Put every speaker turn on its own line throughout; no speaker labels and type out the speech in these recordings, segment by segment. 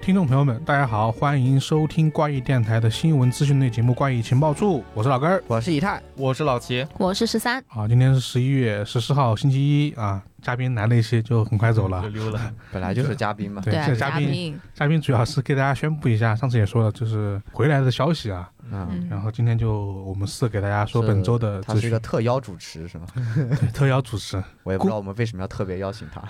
听众朋友们，大家好，欢迎收听怪异电台的新闻资讯类节目《怪异情报处》，我是老根儿
我是以太，
我是老齐，
我是十三，
啊。今天是十一月十四号，星期一啊。嘉宾来了一些，就很快走
就
了。
溜了。
本来就是嘉宾嘛，
对，现在嘉宾
宾，
嘉宾主要是给大家宣布一下，上次也说了，就是回来的消息啊。
嗯，
然
嗯，
后今天就我们四个给大家说
是
本周的
他
资
是
讯
一个，特邀主持是吗？
对特邀主持，
我也不知道我们为什么要特别邀请 他，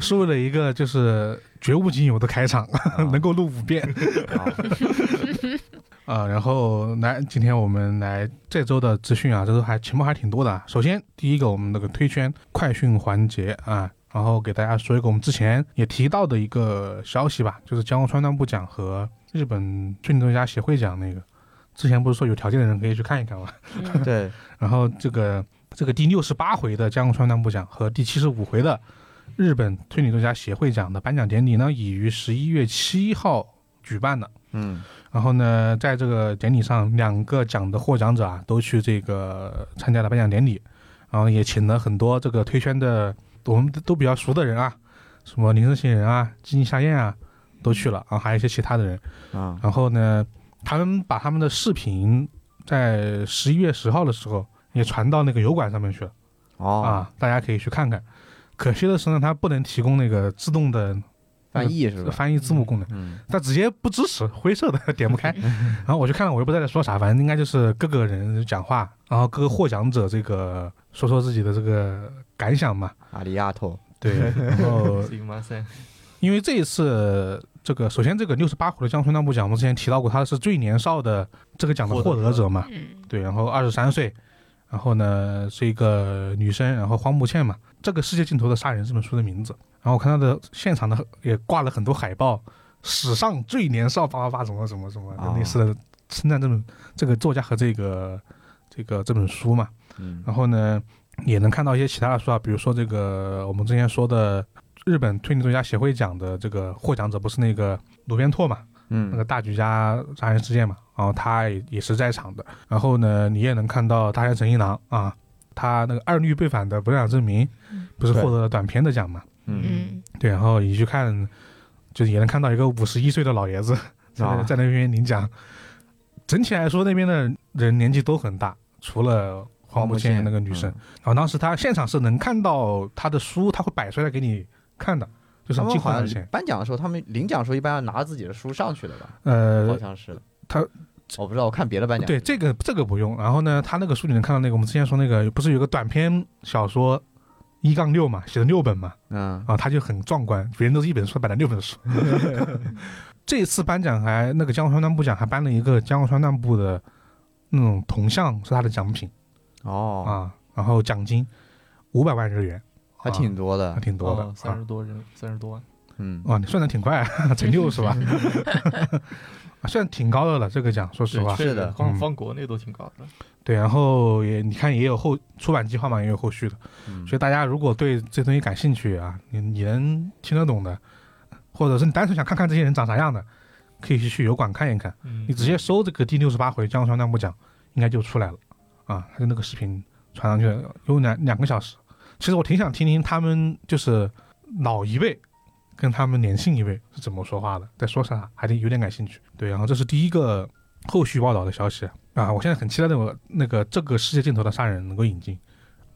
是为了一个就是绝无仅有的开场， 能够录五遍
啊
啊、然后来，今天我们来这周的资讯啊，这周还情报还挺多的啊。首先第一个，我们那个推圈快讯环节啊。然后给大家说一个我们之前也提到的一个消息吧，就是江户川乱步奖和日本最作家协会奖那个，之前不是说有条件的人可以去看一看吗？
嗯
对，
然后这个这个第六十八回的江户川乱步奖和第七十五回的日本推理作家协会奖的颁奖典礼呢，已于十一月七号举办了。
嗯，
然后呢，在这个典礼上，两个奖的获奖者啊，都去这个参加了颁奖典礼，然后也请了很多这个推圈的我们都比较熟的人啊，什么林正贤人啊、金夏彦啊，都去了啊，还有一些其他的人。
啊，
然后呢，他们把他们的视频在十一月十号的时候也传到那个油管上面去了、
哦，
啊，大家可以去看看。可惜的是呢，它不能提供那个自动的
翻译是吧？
翻译字幕功能，
嗯，
它直接不支持，灰色的 点不开。然后我去看了，我又不知道在说啥，反正应该就是各个人讲话，然后各个获奖者这个说说自己的这个感想嘛。
阿里亚托，
对，然后
行吧，塞，
因为这一次，这个首先这个六十八回的江村亮部奖，我们之前提到过，他是最年少的这个奖的获得者嘛，
嗯
对，然后二十三岁，然后呢是一个女生，然后荒木倩嘛，这个《世界尽头的杀人》这本书的名字，然后我看到的现场的也挂了很多海报，史上最年少八八八怎么怎么怎么
哦
类似的称赞这本这个作家和这个这个这本书嘛，
嗯，
然后呢，也能看到一些其他的书啊，比如说这个我们之前说的日本推理作家协会奖的这个获奖者不是那个鲁边拓嘛，那个
嗯，
大菊家杀人事件嘛，然后他也也是在场的。然后呢，你也能看到大山诚一郎啊，他那个二律背反的不在场证明
嗯，
不是
对
获得了短片的奖嘛？
嗯，
嗯，
对，然后你去看，就是也能看到一个五十一岁的老爷子在那
啊
在那边领奖。整体来说，那边的人年纪都很大，除了黄木
黄木
千
千
那个女
嗯
生。然后当时他现场是能看到他的书，他会摆出来给你看的，就是
他们
镜
好
框面
像
前。
颁奖的时候，他们领奖的时候一般要拿自己的书上去的吧？
呃
好，像是的，
他
我不知道，我看别的颁奖，
对，这个这个不用。然后呢，他那个书里能看到那个，我们之前说那个不是有个短篇小说一杠六嘛，写了六本嘛，
嗯，
啊，他就很壮观，别人都是一本书，他摆了六本书。这次颁奖还那个江户川乱步奖还颁了一个江户川乱步的那种铜像，是他的奖品
哦，
啊，然后奖金五百万日元，
还挺多
还
的，
挺多的
哦三
啊。
十多人，三十多万，
嗯，
哇，你算的挺快，啊， 乘六 是吧？啊算挺高的了，这个奖，说实
对，
话
确。
是
实
的
放
嗯
放国内都挺高的。
对，然后也你看也有后出版计划嘛，也有后续的。
嗯
所以大家如果对这东西感兴趣啊，你你能听得懂的，或者是你单纯想看看这些人长啥样的，可以去去油管看一看。
嗯
你直接搜这个第六十八回江户川乱步奖，应该就出来了啊。他的那个视频传上去了，有两两个小时。其实我挺想听听他们就是老一辈跟他们年轻一辈是怎么说话的，在说啥，还得有点感兴趣。对，然后这是第一个后续报道的消息啊。我现在很期待那个那个这个世界尽头的杀人能够引进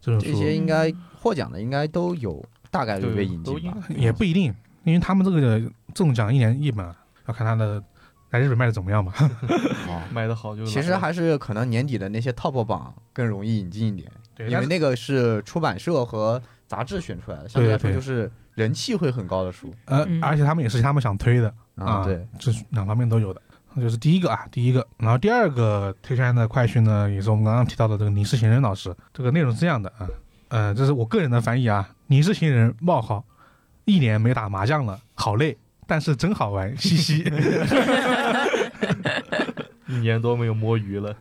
这本
这
书。
些应该获奖的应该都有大概率被引
都
进
应
吧？
也不一定，因为他们这个这种奖一年一本，啊要看他的来日本卖的怎么样嘛。
哦
卖的好就来
其实还是可能年底的那些 top 榜更容易引进一点，
对
因
但
为
是
那个是出版社和杂志选出来的，相对来说就是人气会很高的书
呃，
嗯
而且他们也是他们想推的啊，
对，，
这是两方面都有的。这就是第一个啊，第一个，然后第二个推荐的快讯呢，也是我们刚刚提到的这个林氏行人老师，这个内容是这样的啊，呃，这是我个人的翻译啊，林氏行人冒号，一年没打麻将了，好累，但是真好玩，嘻嘻。
一年多没有摸鱼了。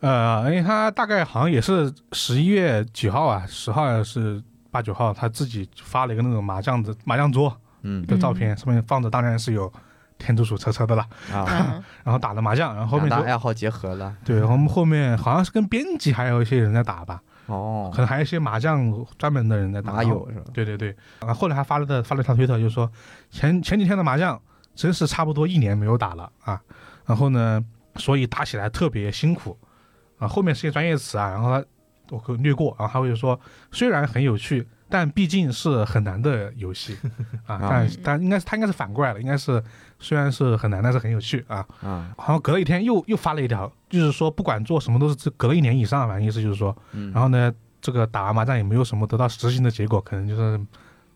呃，因为他大概好像也是十一月几号啊，十号还是八九号，他自己发了一个那种麻将的麻将桌
嗯
的照片，上面放的当然是有天竺鼠车车的了，
啊，
嗯
然后打了麻将，然后后面
两大
就
爱好结合了，
对，我们后面好像是跟编辑还有一些人在打吧，
哦
可，能还有一些麻将专门的人在打。
哪有是吧？
对对对，啊，后来还发了个发了一条推特，就是说前前几天的麻将真是差不多一年没有打了啊，然后呢，所以打起来特别辛苦啊。后面是一些专业词啊，然后他我可略过，啊然后他会说虽然很有趣，但毕竟是很难的游戏啊。但但应该是他应该是反过来了，应该是虽然是很难，但是很有趣啊。
啊，
好像隔了一天又又发了一条，就是说不管做什么都是隔了一年以上，反正意思就是说
嗯
然后呢，这个打完麻将也没有什么得到实行的结果，可能就是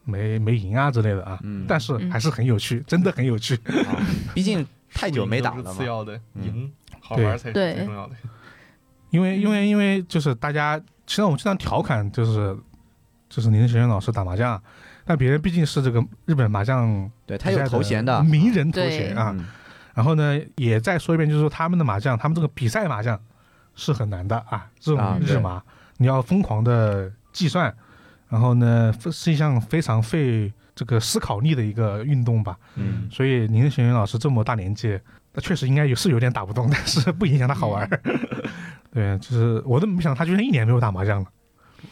没没赢啊之类的啊。
嗯，
但是还是很有趣，真的很有趣。
啊毕竟 太久没打
输赢
了
都是
嘛
次。要的，
嗯
赢好玩才是
对
最重要的。
因为因为因为就是大家，其实我们经常调侃就是就是林学轩老师打麻将，啊但别人毕竟是这个日本麻将
对他有头衔的
名人头衔啊。
嗯
然后呢，也再说一遍，就是说他们的麻将，他们这个比赛麻将是很难的啊，这
啊
种日
对
麻、你要疯狂的计算，然后呢是一项非常费这个思考力的一个运动吧。
嗯
所以您学云老师这么大年纪，那确实应该也是有点打不动，但是不影响他好玩。
嗯
对，就是我都没想到他居然一年没有打麻将了。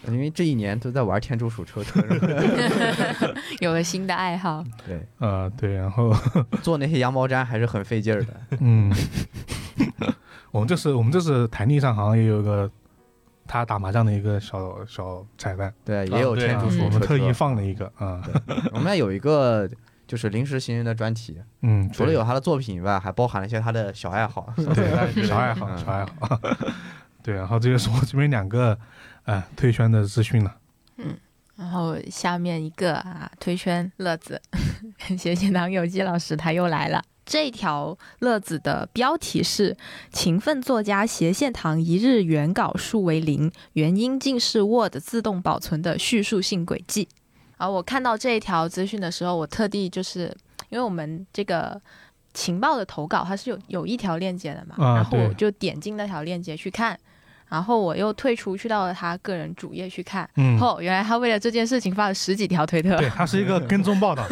嗯因为这一年都在玩天竺鼠车车，是吧
有了新的爱好，
对，
呃，对，然 后
做那些羊毛毡还是很费劲儿的。
嗯，我们这次我们这次台历上好像也有一个他打麻将的一个小小彩蛋，
对，
啊
也有
对
天
啊
竺鼠
我
车
们
车。
特意放了一个啊，
我们那有一个就是临时行人的专题，
嗯，
除了有他的作品以外，还包含了一些他的小爱好。
对小爱好
嗯
小爱好， 对，然后这就是我这边两个呃退圈的资讯了。
然后下面一个啊，推圈乐子， 学习堂有机老师他又来了。这条乐子的标题是“勤奋作家斜线堂一日原稿数为零，原因竟是 Word 自动保存的叙述性轨迹”。啊，我看到这一条资讯的时候，我特地就是因为我们这个情报的投稿它是有有一条链接的嘛，
啊
然后我
对
就点进那条链接去看，然后我又退出去到了他个人主页去看，
嗯，
哦，原来他为了这件事情发了十几条推特。
对，它是一 个跟踪报道，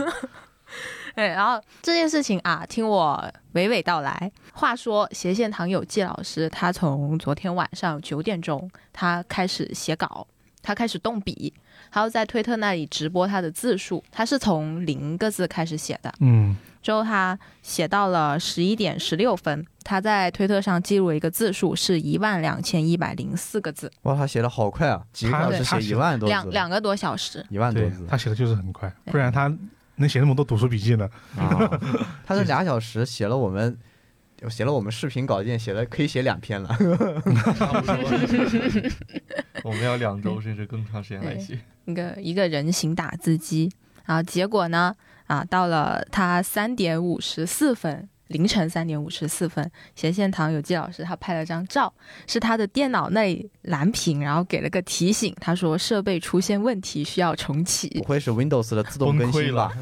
对，然后这件事情啊，听我娓娓道来。话说，斜线堂有纪老师，他从昨天晚上九点钟，他开始写稿，他开始动笔，还有在推特那里直播他的字数，他是从零个字开始写的。
嗯
之后他写到了十一点十六分，他在推特上记录了一个字数是一万两千一百零四个字，
哇，他写的好快啊，几个小
他
时
他
写一
写
万多字，
两两个多小时。
一万多
对
字，
他写的就是很快，不然他能写那么多读书笔记呢？
啊，他这俩小时写了我们，写了我们视频稿件，写了可以写两 篇了。
差不多我们要两周甚至更长时间来写。
一个一个人形打字机啊，结果呢啊，到了他三点五十四分，凌晨三点五十四分，斜线堂有纪老师他拍了张照，是他的电脑那里蓝屏，然后给了个提醒，他说设备出现问题，需要重
不
启。
会是 Windows 的自动
崩
更
溃
新吧？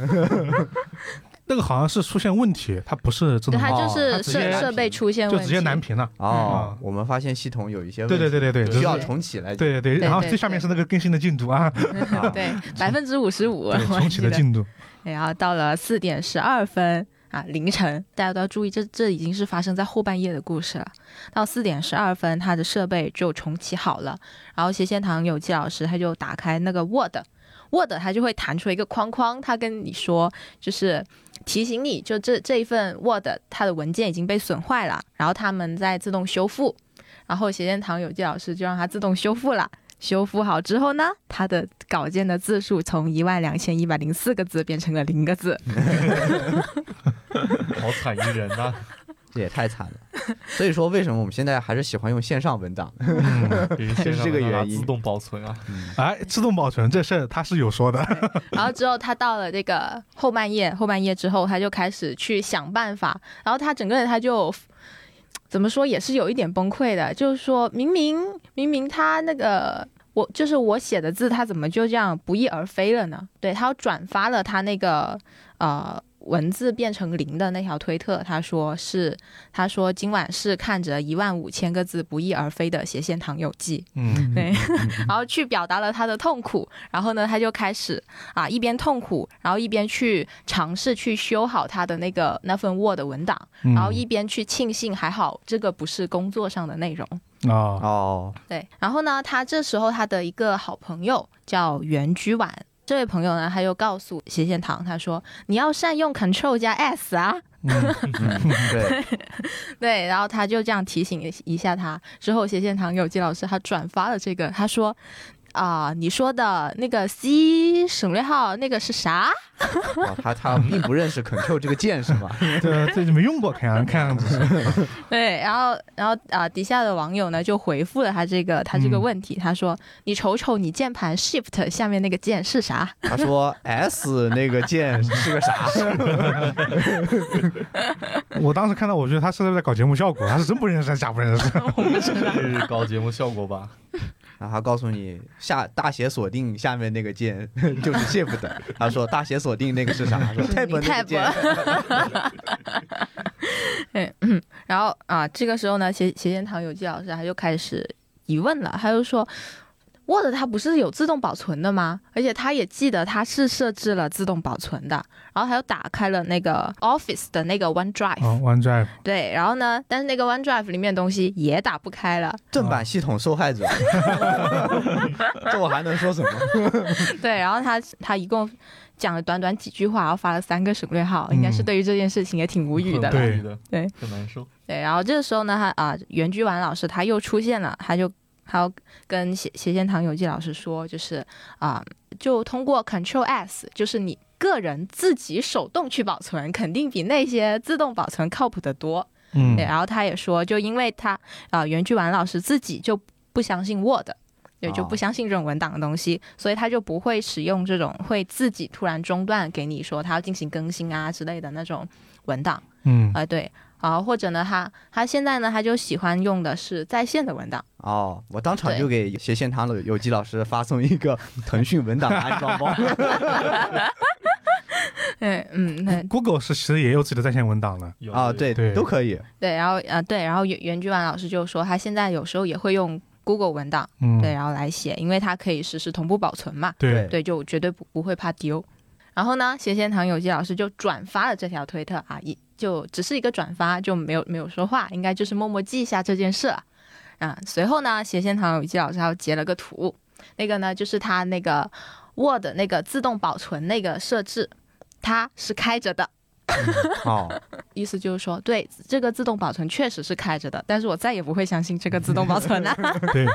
那个好像是出现问题，它不是自
对，
动
他
化，
哦
就是
他直接
设设备出现
就
问题，
直接难评了。
哦
嗯，
我们发现系统有一些问
对
题，
对对对对，
对
只
需
是
要重启来。
对对对，
对
然后
对
最下面是那个更新的进度啊，
啊，
对，百分之五十五，
对
我
重
记
启的
得
进度。
然后到了四点十二分啊，凌晨，大家都要注意，这这已经是发生在后半夜的故事了。到四点十二分，他的设备就重启好了，然后斜线堂有纪老师他就打开那个 Word。Word 它就会弹出一个框框，它跟你说，就是提醒你，就这这一份 Word 它的文件已经被损坏了，然后他们在自动修复，然后斜线堂有纪老师就让它自动修复了。修复好之后呢，它的稿件的字数从一万两千一百零四个字变成了零个字，
好惨一人呐、
这也太惨了。所以说，为什么我们现在还是喜欢用线上文档？
嗯，
给人线上
这个
的拿
原因
自动保存啊，
哎，自动保存这事儿它是有说的，
然后之后他到了这个后半夜，后半夜之后他就开始去想办法，然后他整个人他就嗯怎么说也是有一点崩溃的，就是说明明明明他那个我就是我写的字，他怎么就这样不翼而飞了呢？对他又转发了他那个呃文字变成零的那条推特，他说是他说今晚是看着一万五千个字不翼而飞的斜线堂有记。
嗯，
对，然后去表达了他的痛苦，然后呢，他就开始啊一边痛苦，然后一边去尝试去修好他的那
嗯
个那份 Word 文档，然后一边去庆幸还好这个不是工作上的内容，
啊，
哦，
对，然后呢，他这时候他的一个好朋友叫袁居婉，这位朋友呢，他又告诉斜线堂，他说你要善用 Control 加 S 啊，
嗯
嗯对，
对，然后他就这样提醒一下他。之后斜线堂有机老师他转发了这个，他说啊、你说的那个 C 省略号那个是啥？
哦他他并不认识 Control 这个键是吗？
这这就没用过，看样看样子是，
对，然后然后啊、底下的网友呢就回复了他这个他这个
嗯
问题，他说你瞅瞅你键盘 Shift 下面那个键是啥？
他说 S 那个键是个啥？
我当时看到，我觉得他是不是在搞节目效 果，他是真不认识，还是假不认 识？
是搞节目效果吧？
然后他告诉你下大写锁定下面那个键 就是 Shift，他说大写锁定那个是啥？他
嗯
说 Tab 那个键，
对，嗯，然后啊，这个时候呢，斜斜线堂有纪老师他就开始疑问了，他就说，Word 它不是有自动保存的吗？而且他也记得他是设置了自动保存的，然后他又打开了那个 Office 的那个 OneDrive，、
啊，OneDrive
对，然后呢，但是那个 OneDrive 里面的东西也打不开了，
正版系统受害者，这我还能说什么？
对，然后他他一共讲了短短几句话，然后发了三个省略号，应该是
嗯
对于这件事情也挺无语的了。
对
无语的，
对，
很难受。
对，然后这个时候呢，他啊、袁居婉老师他又出现了，他就他要跟斜斜线堂游记老师说，就是啊、就通过 Control S，就是你个人自己手动去保存，肯定比那些自动保存靠谱得多。
嗯
对，然啊后他也说，就因为他啊、袁居婉老师自己就不相信 Word。也就
哦
不相信这种文档的东西，所以他就不会使用这种会自己突然中断给你说他要进行更新啊之类的那种文档。
嗯
啊、对，啊、或者呢，他他现在呢，他就喜欢用的是在线的文档，
哦，我当场就给斜线堂的有机老师发送一个腾讯文档的安装 包。
对，嗯，对，
，Google 是其实也有自己的在线文档的，
有
啊，
有
对，
对
都可以。
对，然后啊、呃对，然后袁袁居婉老师就说，他现在有时候也会用 Google 文档，
嗯，
对，啊然后来写，因为它可以实时同步保存嘛，
对，
对，就绝对不不会怕丢。然后呢，斜线堂有机老师就转发了这条推特啊，一就只是一个转发，就没有没有说话，应该就是默默记一下这件事了啊。随后呢，斜线堂有机老师还截了个图，那个呢就是他那个 Word 那个自动保存那个设置，它是开着的。
哦，
意思就是说，对这个自动保存确实是开着的，但是我再也不会相信这个自动保存了、
对，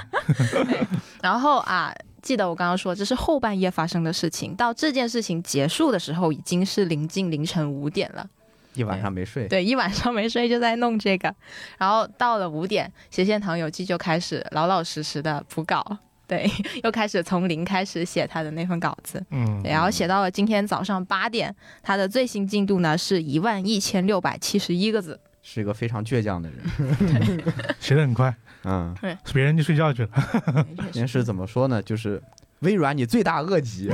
然后啊，记得我刚刚说这是后半夜发生的事情，到这件事情结束的时候已经是临近凌晨五点了。
一晚上没睡。
对，一晚上没睡就在弄这个，然后到了五点，斜线堂有记就开始老老实实的谱稿，对， 又开始从零开始写他的那份稿子。
嗯
对，然后写到了今天早上八点，他的最新进度呢是一万一千六百七十一 个字。
是一个非常倔强的人。
写的很快，
嗯，
是别人就睡觉去了，
这件事怎么说呢？就是微软你罪大恶极，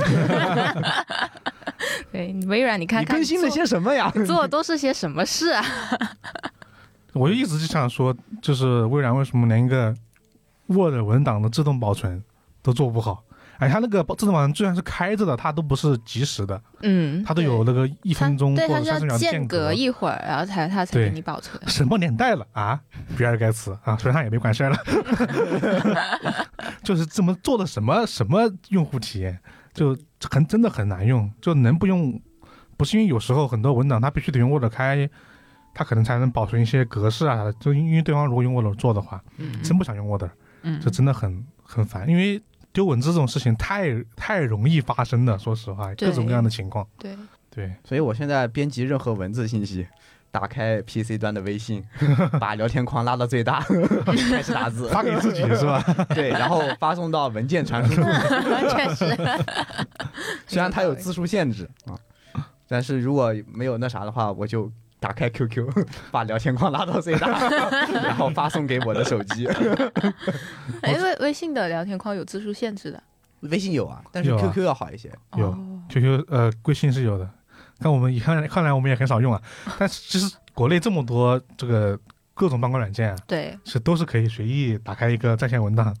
对，微软，你看
你
看
更新了
做
些什么呀？
做的都是些什么事啊？
我就一直就想说，就是微软为什么连一个 Word 文档的自动保存都做不好？哎，它那个自动保存虽然是开着的，它都不是及时的，
嗯，
它都有那个一
它
分钟
对，
或
它
者三
是
十
要
秒的
间
间
隔一会儿，然后才它才给
对
你保存。
什么年代了啊？比尔盖茨啊，虽然他也没管事儿了， 就是这么做的什么什么用户体验，就很真的很难用，就能不用，不是因为有时候很多文档它必须得用 Word 开，它可能才能保存一些格式啊啥的，就因为对方如果用 Word 做的话，真不想用 Word，
嗯
这真的很很烦，因为丢文字这种事情太太容易发生的，说实话，
对
各种各样的情况，
对，
对，
所以我现在编辑任何文字信息， 打开 PC 端的 微信，把聊天框拉到最大，开始打字，
发给自己是吧？
对，然后发送到文件传 输库。
确实。
虽然它有字数限制啊，但是如果没有那啥的话，我就打开 QQ，把 聊天框拉到最大， 然后发送给我的手机。
哎，微微信的聊天框有字数限制的。
微信有啊，但是
有啊
QQ 要好一些。
有
哦
QQ 呃，微信是有的，但我们看来看来我们也很少用 啊。但是其实国内这么多这个各种办公软件啊，
对，
是都是可以随意打开一个在线文档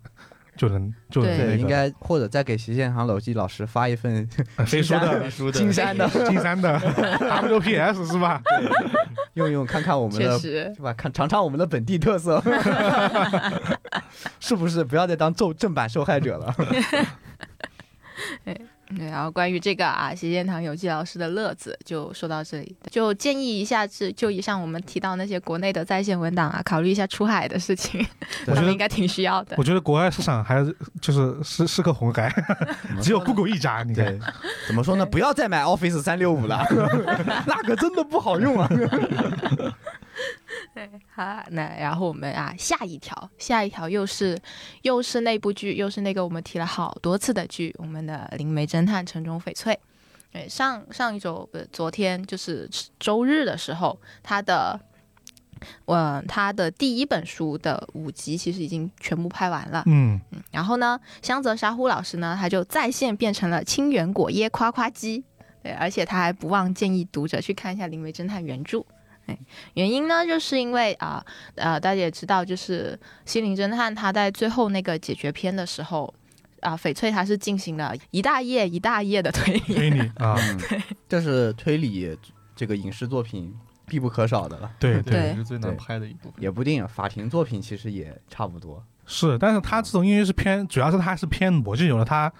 就能 就能
对
那个
应该或者再给斜线行老季老师发一份
呃飞书的、
背书的
金山 的，
金山 的、WPS 是吧？
用用看看我们
确
的，
实。
是吧？看尝尝我们的本地特色。是不是不要再当正正版受害者了？
对，然后关于这个啊，斜线堂有纪老师的乐子就说到这里，就建议一下，是就以上我们提到那些国内的在线文档啊，考虑一下出海的事情，
我 觉
他们
得
应该挺需要的
我。觉得国外市场还是就是是是个红 海，只有 Google 一家，你看
对，怎么说呢？不要再买 Office 三六五了， 那个真的不好用啊。
对，好，那然后我们啊，下一条，下一条又是又是那部剧，又是那个我们提了好多次的剧，我们的《灵媒侦探城中翡翠》。对，上上一周不是昨天就是周日的时候，他的，呃，他的第一本书的五集其实已经全部拍完了。
嗯，
然后呢，香泽沙呼老师呢，他就在线变成了清源果耶夸夸鸡，对，而且他还不忘建议读者去看一下《灵媒侦探》原著。哎，原因呢，就是因为啊呃大家也知道，就是《心灵侦探》他在最后那个解决篇的时候，啊、翡翠他是进行了一大页一大页的推 理，
所以你啊，
这是推理这个影视作品必不可少的了，
对对
对
是最难
对
拍的一部分。
也不一定法庭作品其实也差不多。
是，但是它这种因为是偏，主要是它是偏逻辑流的，它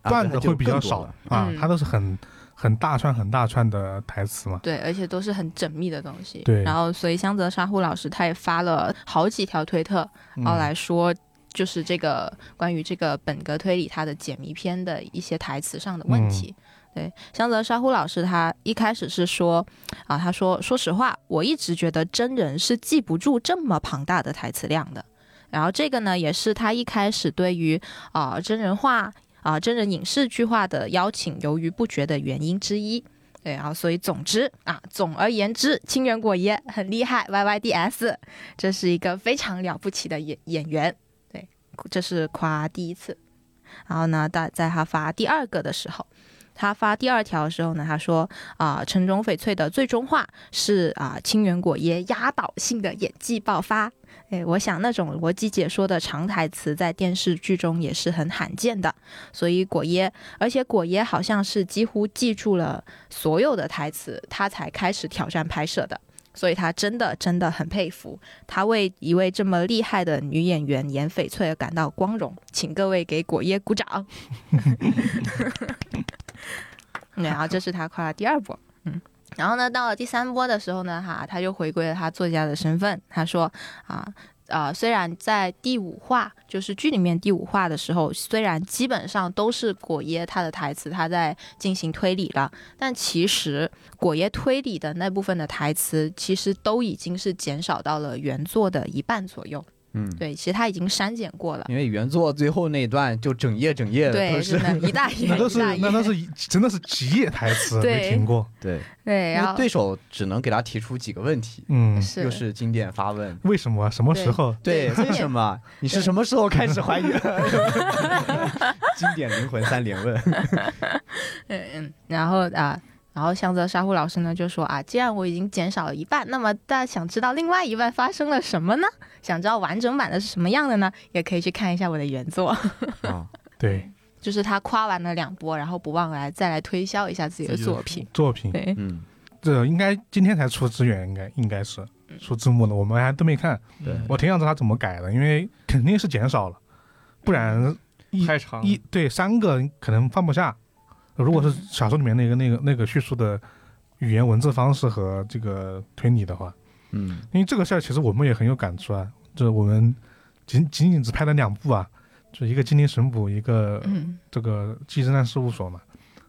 啊
段子
那就
会比较
更多
少
了
啊
嗯，
它都是很很大串很大串的台词嘛，
对，而且都是很缜密的东西。
对
然后所以香泽沙呼老师他也发了好几条推特，
嗯
然后哦来说就是这个关于这个本格推理它的解谜篇的一些台词上的问题。对，香泽沙呼老师他一开始是说啊，他说说实话，我一直觉得真人是记不住这么庞大的台词量的。然后这个呢，也是他一开始对于啊、真人化啊、真人影视剧化的邀请犹豫不决的原因之一。对，然后所以总之啊，总而言之，清源果耶很厉害，YYDS，这是一个非常了不起的演演员。对，这是夸第一次。然后呢，在在他发第二个的时候，他发第二条的时候呢，他说啊、城中翡翠的最终话是啊、清源果耶压倒性的演技爆发。哎，我想那种逻辑解说的长台词在电视剧中也是很罕见的，所以果耶，而且果耶好像是几乎记住了所有的台词，他才开始挑战拍摄的。所以他真的真的很佩服，他为一位这么厉害的女演员演翡翠而感到光荣，请各位给果耶鼓掌。然后这是他夸的第二波，嗯，然后呢，到了第三波的时候呢，哈，他就回归了他作家的身份，他说啊。呃，虽然在第五话，就是剧里面第五话的时候，虽然基本上都是果耶他的台词，他在进行推理了，但其实果爷推理的那部分的台词，其实都已经是减少到了原作的一半左右。
嗯，
对，其实他已经删减过了。
因为原作最后那一段就整页整页的
对，
都
真
是，
的，一大页
嗯那都
一大
是那都
页。
是一真的是极业台词，
对
没听过，
对，
对，
因
然
为
后
对手只能给他提出几个问题，
嗯，
是
又是经典发问。
为什么什么时候？
对，
对
为什么？你是什么时候开始怀疑 的？经典灵魂三连问。
嗯嗯，然后啊。然后香泽沙呼老师呢就说啊，既然我已经减少了一半，那么大家想知道另外一半发生了什么呢？想知道完整版的是什么样的呢？也可以去看一下我的原作。
啊，
对
就是他夸完了两波，然后不忘来再来推销一下自己的
自己的
作品。
作品，
对，
嗯，
这应该今天才出资源，应该应该是
嗯
出字幕了，我们还都没看。
对
嗯
我挺想知道他怎么改的，因为肯定是减少了，不
嗯
然一
太长了
一对三个可能放不下。如果是小说里面那个那个那个叙述的语言文字方式和这个推理的话，
嗯，
因为这个事儿其实我们也很有感触啊，就是我们仅仅仅只拍了两部啊，就一个《精灵神捕》，一个
嗯
这个《寄生探事务所》嘛。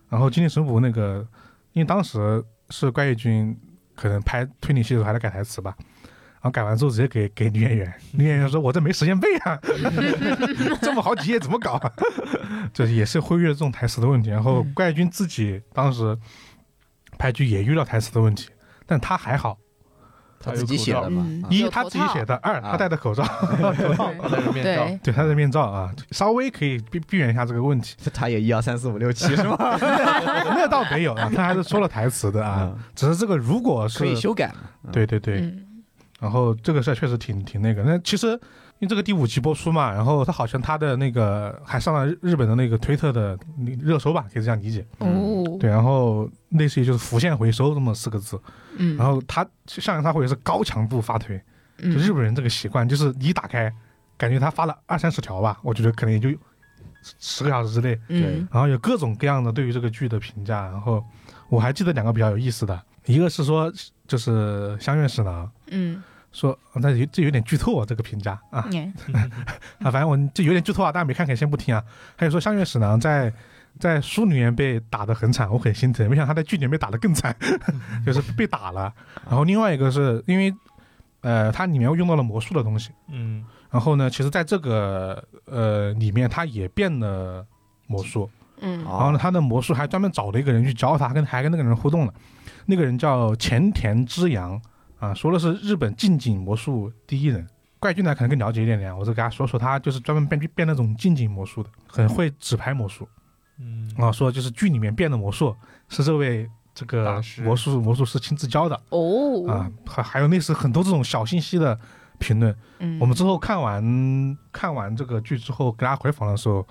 然后《精灵神捕》那个，因为当时是关玉军可能拍推理戏的时候还在改台词吧，然后改完之后直接给给女演 员，女演员说：“我这没时间背啊， 这么好几页怎么搞啊？” 这也是会遇到这种台词的问题。然后
嗯
关玉军自己当时拍剧也遇到台词的问题，但他还好，
他自己写的嘛。
嗯
啊
一
有
他
头
自己
套
写的，二
啊
他戴的口 罩，
戴着面罩
对，
对他的面罩啊，稍微可以避避免一下这个问 题。
他也一二三四五六七是吗？
那倒没有啊，他还是说了台词的啊，
嗯
只是这个如果是
可以修改嘛。嗯
对对对，
嗯
然后这个事儿确实挺挺那个。那其实因为这个第五集播出嘛，然后他好像他的那个还上了日本的那个推特的热搜吧，可以这样理解。
哦，
对，然后类似于就是浮现回收这么四个字，
嗯，
啊然后他上一他会是高强度发推，就
嗯
日本人这个习惯，就是你一打开感觉他发了二三十条吧，我觉得可能也就十十个小时之内，
嗯
然后有各种各样的对于这个剧的评价，然后我还记得两个比较有意思的，一个是说就是相院士呢
嗯，
说，那有这有点剧透啊，这个评价啊
哎
啊，反正我这有点剧透啊，大家没看可以先不听啊。还有说相院士呢在在书里面被打得很惨，我很心疼，没想到他在剧里面被打得更惨， 就是被打了。然后另外一个是因为呃它里面用到了魔术的东西，
嗯
然后呢，其实在这个呃里面他也变了魔术。
嗯
然后呢，他的魔术还专门找了一个人去教他，跟还跟那个人互动了。那个人叫前田之阳啊，说的是日本近景魔术第一人。怪俊呢可能更了解一点点，我就给他说说，他就是专门变变那种近景魔术的，很会纸牌魔术
嗯
啊。说就是剧里面变的魔术是这位这个
大师
魔术魔术师亲自教的
哦
啊，，还还有类似很多这种小信息的评论。
嗯，
我们之后看完看完这个剧之后，给大家回访的时候，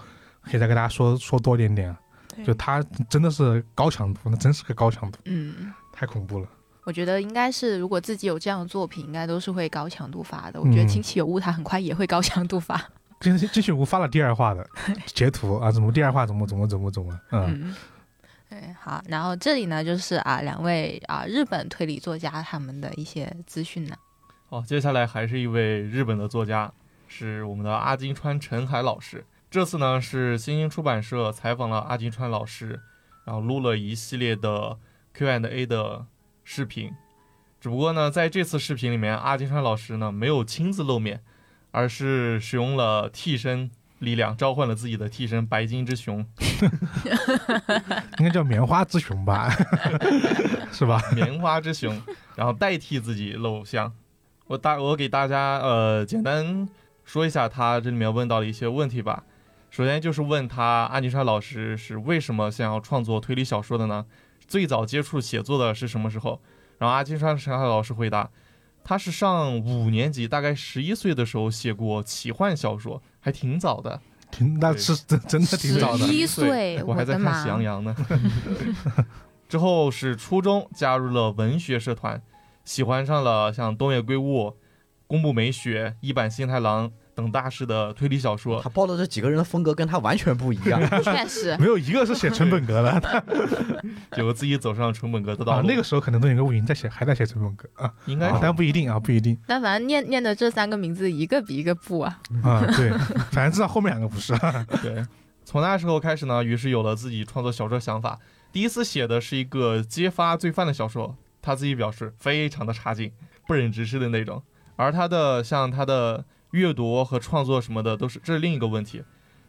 可以再跟大家说说多一点点啊。
对
就他真的是高强度，那真是个高强度，
嗯，
太恐怖了。
我觉得应该是如果自己有这样的作品，应该都是会高强度发的。我觉得
嗯
亲戚有误，他很快也会高强度发。
金金雪无发了第二话的 截图啊，怎么第二话怎么怎么怎么怎么，嗯，
嗯。对，好，然后这里呢就是啊，两位啊日本推理作家他们的一些资讯呢，
好，哦接下来还是一位日本的作家，是我们的阿金川陈海老师。这次呢是新兴出版社采访了阿金川老师，然后录了一系列的 Q&A 的视频。只不过呢，在这次视频里面，阿金川老师呢没有亲自露面，而是使用了替身力量，召唤了自己的替身白金之熊，
应该叫棉花之熊吧，是吧？
棉花之熊，然后代替自己露相。我大我给大家呃简单说一下他这里面问到的一些问题吧。首先就是问他阿尼莎老师是为什么想要创作推理小说的呢？最早接触写作的是什么时候？然后阿金川神海老师回答，他是上五年级，大概十一岁的时候写过奇幻小说，还挺早的。
挺那
对
是真真的挺早的
11，
11
岁
我还在
哎我的
看
妈
《喜羊羊》 呢。之后是初中加入了文学社团，喜欢上了像东野圭吾、宫部美雪、一坂幸太郎等大师的推理小说。
他报的这几个人的风格跟他完全不一样，
确实，
没有一个是写成本 格的。
结果自己走上成本格的道
啊
路，，
那个时候可能都有个五营在写，还在写成本格 啊，
应该
啊
是
但不一定啊，不一定
但反正念念的这三个名字一个比一个不啊，
啊，对，反正至少后面两个不是。
对，从那时候开始呢，于是有了自己创作小说想法。第一次写的是一个揭发罪犯的小说，他自己表示非常的差劲，不忍直视的那种。而他的像他的阅读和创作什么的，都是这是另一个问题。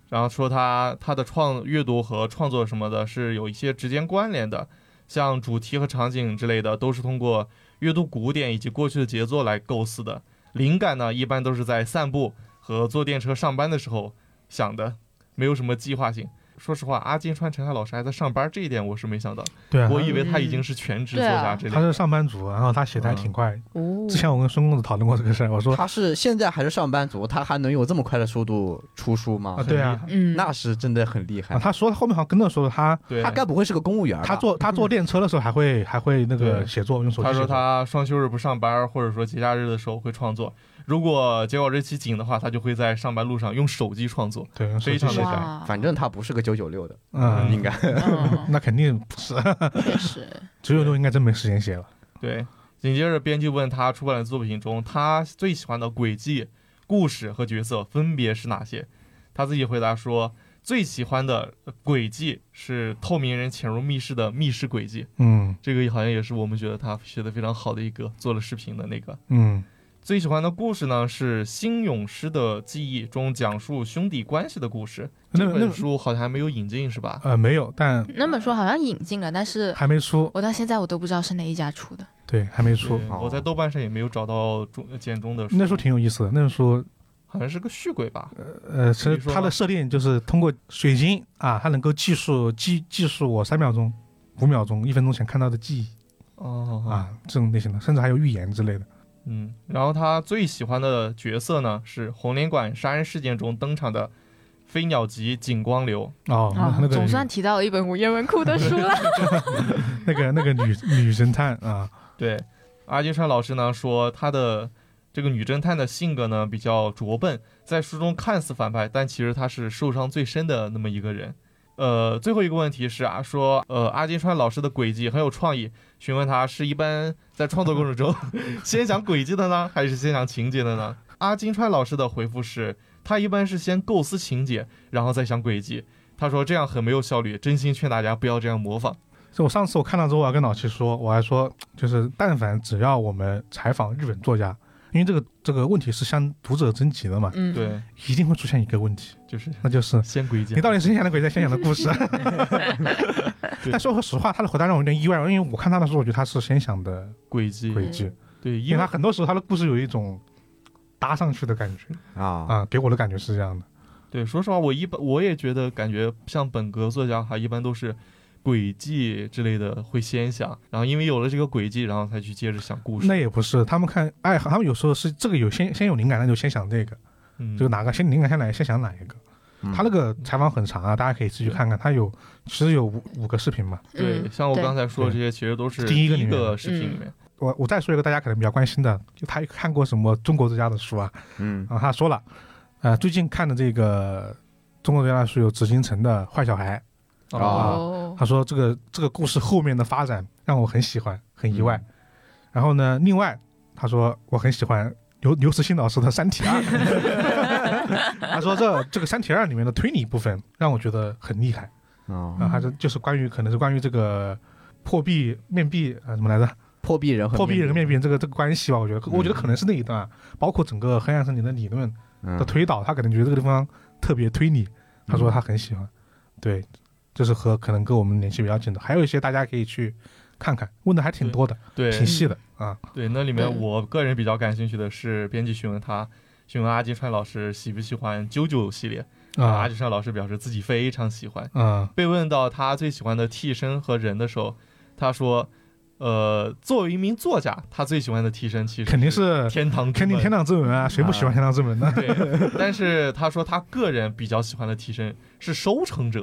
然后说他他的创阅读和创作什么的是有一些直接关联的，像主题和场景之类的，都是通过阅读古典以及过去的杰作来构思的。灵感呢，一般都是在散步和坐电车上班的时候想的，没有什么计划性。说实话，阿金川陈海老师还在上班，这一点我是没想到。
对啊，
我以为他已经是全职
嗯
作家
对
这类
他
的。
是上班族，然后他写的还
嗯
挺快。
哦
之前我跟孙公子讨论过这个事儿，我说
嗯他是现在还是上班族，他还能有这么快的速度出书
啊，
吗？
对啊，
嗯，
那是真的很厉
啊，
害。
他说后面好像跟着说他
对，
他该不会是个公务员吧？
他坐他坐电车的时候还会还会那个
啊对
写作用手机
他
写
说
作。
他双休日不上班，或者说节假日的时候会创作。如果结果日期紧的话，他就会在上班路上用手机创作。
对用手
非
机
常
写
的
的，
哇，
反正他不是个九九六的，
嗯，
应该
嗯
那肯定不是，
确实，
只有六应该真没时间写了。
对，紧接着编剧问他出版的作品中，他最喜欢的轨迹、故事和角色分别是哪些？他自己回答说，最喜欢的轨迹是透明人潜入密室的密室轨迹。
嗯
这个好像也是我们觉得他学的非常好的一个做了视频的那个。
嗯
最喜欢的故事呢是《新勇士的记忆》中讲述兄弟关系的故事。
那
这
那
本书好像还没有引进是吧？
呃没有，但
那本书好像引进了，但是
还没出，
我到现在我都不知道是哪一家出的。
对，还没出
对。
哦
我在豆瓣上也没有找到中呃简中的书，
那书挺有意思的，那书
好像是个续鬼吧？
呃，其实
你说吧
它的设定就是通过水晶啊，它能够记述记记述我三秒钟、五秒钟、一分钟前看到的记忆
哦，
啊，这种类型的，甚至还有预言之类的。
嗯，然后他最喜欢的角色呢是红莲馆杀人事件中登场的飞鸟集景光流。
哦，那
啊
那，个
总
女
算提到了一本午夜文库的书了。
那个那个女女神探啊，
对，阿金川老师呢说他的这个女侦探的性格呢比较拙笨，在书中看似反派，但其实她是受伤最深的那么一个人。呃，最后一个问题是啊，说呃阿金川老师的轨迹很有创意，询问他是一般在创作过程中 先想轨迹的呢，还是先想情节的呢？阿金川老师的回复是，他一般是先构思情节，然后再想轨迹。他说这样很没有效率，真心劝大家不要这样模仿。
所以我上次我看到之后，我还跟老七说，我还说就是但凡只要我们采访日本作家，因为这个这个问题是向读者征集的嘛，
嗯，
对，
一定会出现一个问题，
就是
那就是
先轨迹
你。到底是先想的鬼，在先想的故事？但说实话，他的回答让我有点意外，因为我看他的时候，我觉得他是先想的
轨迹，
轨迹，
对，因
因为
为
他很多时候他的故事有一种搭上去的感觉
啊，
啊，给我的感觉是这样的。
对，说实话，我一般我也觉得感觉像本格作家哈，一般都是轨迹之类的会先想，然后因为有了这个轨迹，然后才去接着想故事。
那也不是，他们看爱好，他们有时候是这个有先先有灵感，那就先想这个，
嗯，
这个哪个先灵感先来，先想哪一个。
嗯
他那个采访很长啊，大家可以自己去看看。他有其实有五五个视频嘛。
对，
嗯
像我
对嗯
刚才说的这些，其实都是
第一个
一
里面
个视频里面。
我我再说一个大家可能比较关心的，就他看过什么中国作家的书啊？
嗯
然后他说了，呃，最近看的这个中国作家的书有紫禁城的《坏小孩》，
啊
哦，
他说这个这个故事后面的发展让我很喜欢，很意外。然后呢，另外他说我很喜欢刘刘慈欣老师的《三体二》，他说这这个《三体二》里面的推理部分让我觉得很厉害。
啊，
啊，还是就是关于可能是关于这个破壁面壁啊什么来着？
破壁人和
破壁人跟面壁人这个这个关系吧，我觉得，
嗯
我觉得可能是那一段啊，包括整个黑暗森林的理论
嗯
的推导，他可能觉得这个地方特别推理，他说他很喜欢，对，这是和可能跟我们联系比较近的，还有一些大家可以去看看，问的还挺多的，
对
挺细的啊，
对，那里面
对
我个人比较感兴趣的是编辑询问他，询问阿金川老师喜不喜欢《啾啾》系列，阿
啊
金川老师表示自己非常喜欢。
啊
被问到他最喜欢的替身和人的时候，他说：“呃，作为一名作家，他最喜欢的替身其实
肯定是
天堂之门，
肯定天堂之门啊，谁不喜欢天堂之门呢？
对， 但是他说他个人比较喜欢的替身是收成者，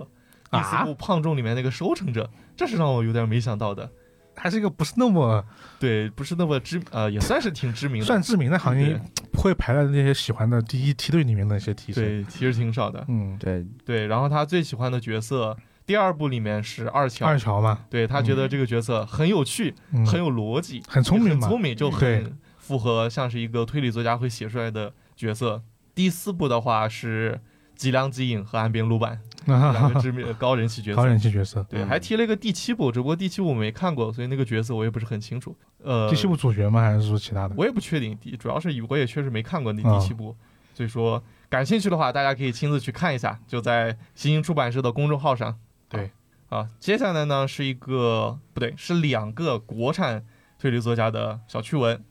第四
啊
部《胖重》里面那个收成者，这是让我有点没想到的。
还是一个不是那么
对，不是那么知呃，也算是挺知名的，
算知名的行业
对，
不会排在那些喜欢的第一梯队里面的那些提升，
对，其实挺少的。
嗯，
对
对，然后他最喜欢的角色，第二部里面是二乔，
二乔嗯嘛，
对他觉得这个角色很有趣，
嗯，
很有逻辑，
很聪明
很
嘛，
聪明，就
对
很符合像是一个推理作家会写出来的角色。第四部的话是吉良吉影和岸边露 伴两个知名高人气角色
高。人气角色。
对，
嗯
还提了一个第七部，只不过第七部我没看过，所以那个角色我也不是很清楚。呃，
第七部主角吗？还是说其他的？
我也不确定，第主要是我也确实没看过那
啊
第七部，所以说感兴趣的话，大家可以亲自去看一下，就在新星出版社的公众号上。
对，
啊，接下来呢是一个不对，是两个国产推理作家的小趣闻，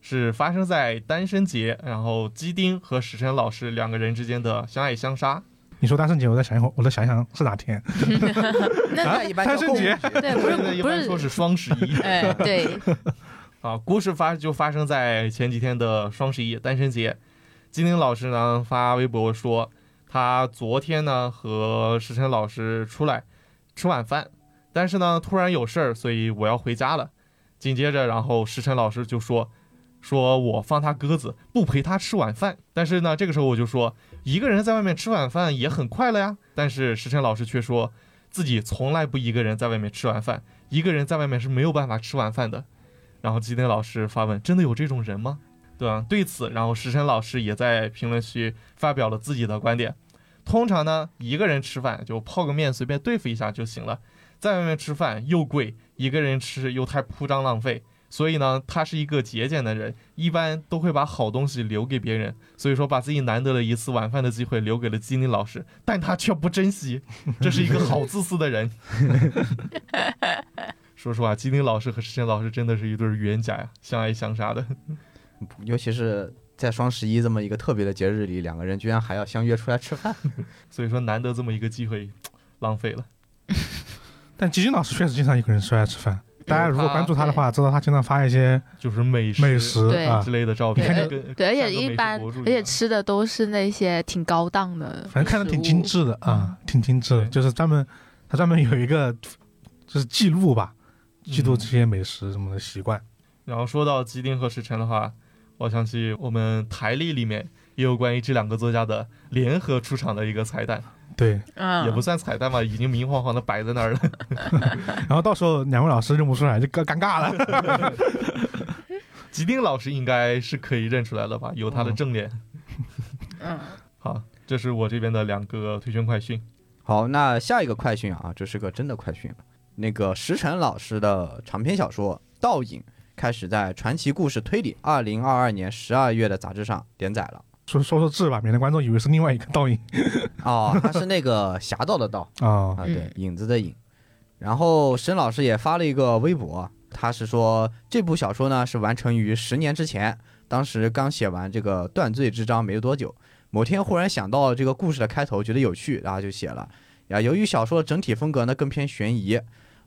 是发生在单身节，然后基丁和史晨老师两个人之间的相爱相杀。
你说单身节，我再想一会儿，我再想想是哪天？
那
一
单身节，
对，不
现在
是
一
不
般说
是，
是双十一。
哎，对，
啊，故事发就发生在前几天的双十一单身节。金玲老师呢发微博说，他昨天呢和石晨老师出来吃晚饭，但是呢突然有事儿，所以我要回家了。紧接着，然后石晨老师就说，说我放他鸽子，不陪他吃晚饭。但是呢，这个时候我就说，一个人在外面吃晚饭也很快乐呀。但是石晨老师却说自己从来不一个人在外面吃晚饭，一个人在外面是没有办法吃晚饭的。然后基丁老师发问：“真的有这种人吗？”对吧、对此，然后石晨老师也在评论区发表了自己的观点。通常呢，一个人吃饭就泡个面，随便对付一下就行了。在外面吃饭又贵，一个人吃又太铺张浪费，所以呢，他是一个节俭的人，一般都会把好东西留给别人。所以说，把自己难得的一次晚饭的机会留给了基丁老师，但他却不珍惜，这是一个好自私的人。 说实话，基丁老师和石晨老师真的是一对冤家呀，相爱相杀的。
尤其是在双十一这么一个特别的节日里，两个人居然还要相约出来吃饭，
所以说，难得这么一个机会，浪费了。
但基金老师确实经常一个人出来吃饭。大家如果关注他的话，知道他经常发一些
就是美食、
美食
对
啊
之，类的照片，
你看
就跟
对，而
像
且
个美
一
食
般，
博主
而
一
且
样
吃的都是那些挺高档的，
反正看着挺精。致的啊，挺精致的。
对
就是专门他专门有一个就是记录吧，记录这些美食什么的习惯。
然后说到吉丁和石晨的话，我想起我们台历里面也有关于这两个作家的联合出场的一个彩蛋，
对，
嗯，
也不算彩蛋吧，已经明晃晃的摆在那儿了。
然 后到时候两位老师认不出来就尴尴尬了。
吉丁老师应该是可以认出来了吧，有他的正脸。
嗯，
好，这是我这边的两个推荐快讯。
好，那下一个快讯啊，这是个真的快讯了。那个石晨老师的长篇小说《倒影》开始在《传奇故事推理》二零二二年十二月的杂志上连载了。
说说说字吧，免得观众以为是另外一个 倒影
哦，它是那个侠盗的盗
啊。
啊，
嗯
对，影子的影。然后沈老师也发了一个微博，他是说这部小说呢是完成于十年之前，当时刚写完这个《断罪之章》没多久，某天忽然想到这个故事的开头，觉得有趣，然后就写了。呀，由于小说的整体风格呢更偏悬疑，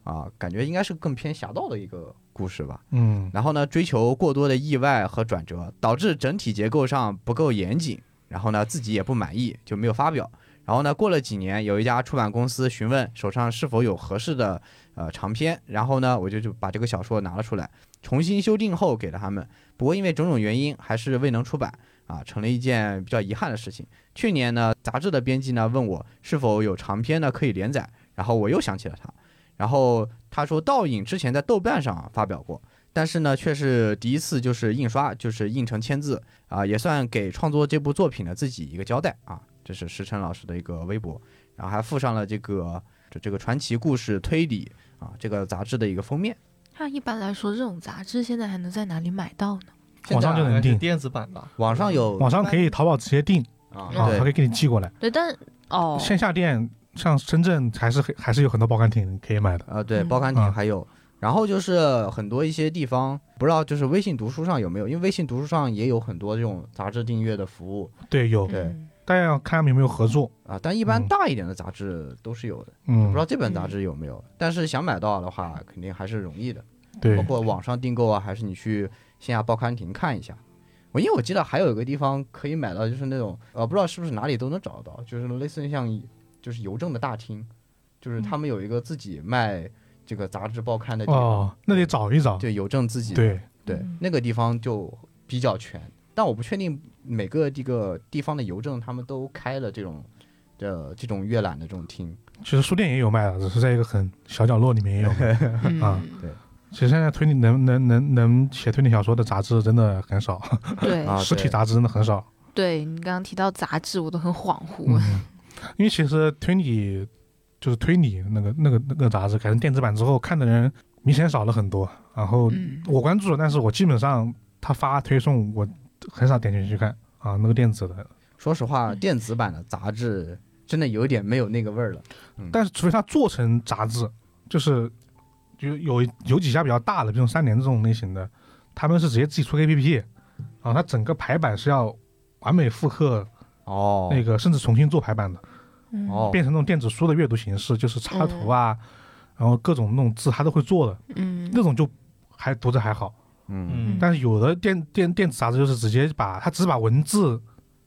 啊，感觉应该是更偏侠盗的一个故事吧。
嗯，
然后呢，追求过多的意外和转折，导致整体结构上不够严谨。然后呢，自己也不满意，就没有发表。然后呢，过了几年，有一家出版公司询问手上是否有合适的呃长篇，然后呢，我就就把这个小说拿了出来，重新修订后给了他们。不过因为种种原因，还是未能出版啊，成了一件比较遗憾的事情。去年呢，杂志的编辑呢问我是否有长篇呢可以连载，然后我又想起了他，然后他说《倒影》之前在豆瓣上发表过，但是呢，却是第一次就是印刷，就是印成签字啊、也算给创作这部作品的自己一个交代啊。这是石晨老师的一个微博，然后还附上了这个这这个传奇故事推理啊这个杂志的一个封面。
那一般来说，这种杂志现在还能在哪里买到呢？
网上就能订
是电子版吧？
网上有
网上可以淘宝直接订
啊，
啊，
对
他可以给你寄过来。
对，但哦，
线下店像深圳还是很还是有很多报刊亭可以买的。
呃，对，
嗯
报刊亭
啊
还有，然后就是很多一些地方，不知道就是微信读书上有没有，因为微信读书上也有很多这种杂志订阅的服务
对，有，
对
嗯
大家要看他们有没有合作。
啊，但一般
嗯
大一点的杂志都是有的，不
嗯
知，道这本杂志有没有，但是想买到的话，肯定还是容易的，
对
包，括网上订购啊，还是你去线下报刊亭看一下。我因为我记得还有一个地方可以买到，就是那种呃，不知道是不是哪里都能找得到，就是类似于像就是邮政的大厅，就是他们有一个自己卖这个杂志报刊的地方，
哦，那得找一找。
对邮政自己
对，
对
嗯，
那个地方就比较全，但我不确定每个这个地方的邮政他们都开了这种呃这种阅览的这种厅。
其实书店也有卖的，只是在一个很小角落里面也有卖。 啊
嗯，
其实现在推理能能能能写推理小说的杂志真的很少，
嗯对
啊
实体
对
杂志真的很少。
对，你刚刚提到杂志，我都很恍惚。
嗯，因为其实推理就是推理那个那个那个杂志改成电子版之后，看的人明显少了很多。然后
嗯
我关注了，但是我基本上他发推送我很少点进去看啊，那个电子的。
说实话，
嗯
电子版的杂志真的有点没有那个味儿了。
但是除非他做成杂志，就是有有有几家比较大的，比如三联这种类型的，他们是直接自己出个 APP，啊，它整个排版是要完美复刻
哦
那个，甚至重新做排版的，
嗯
哦，嗯
变成那种电子书的阅读形式，就是插图啊，然后各种那种字它都会做的，
嗯
那种就还读着还好。
嗯
嗯，
但是有的电电电子杂志就是直接把它只把文字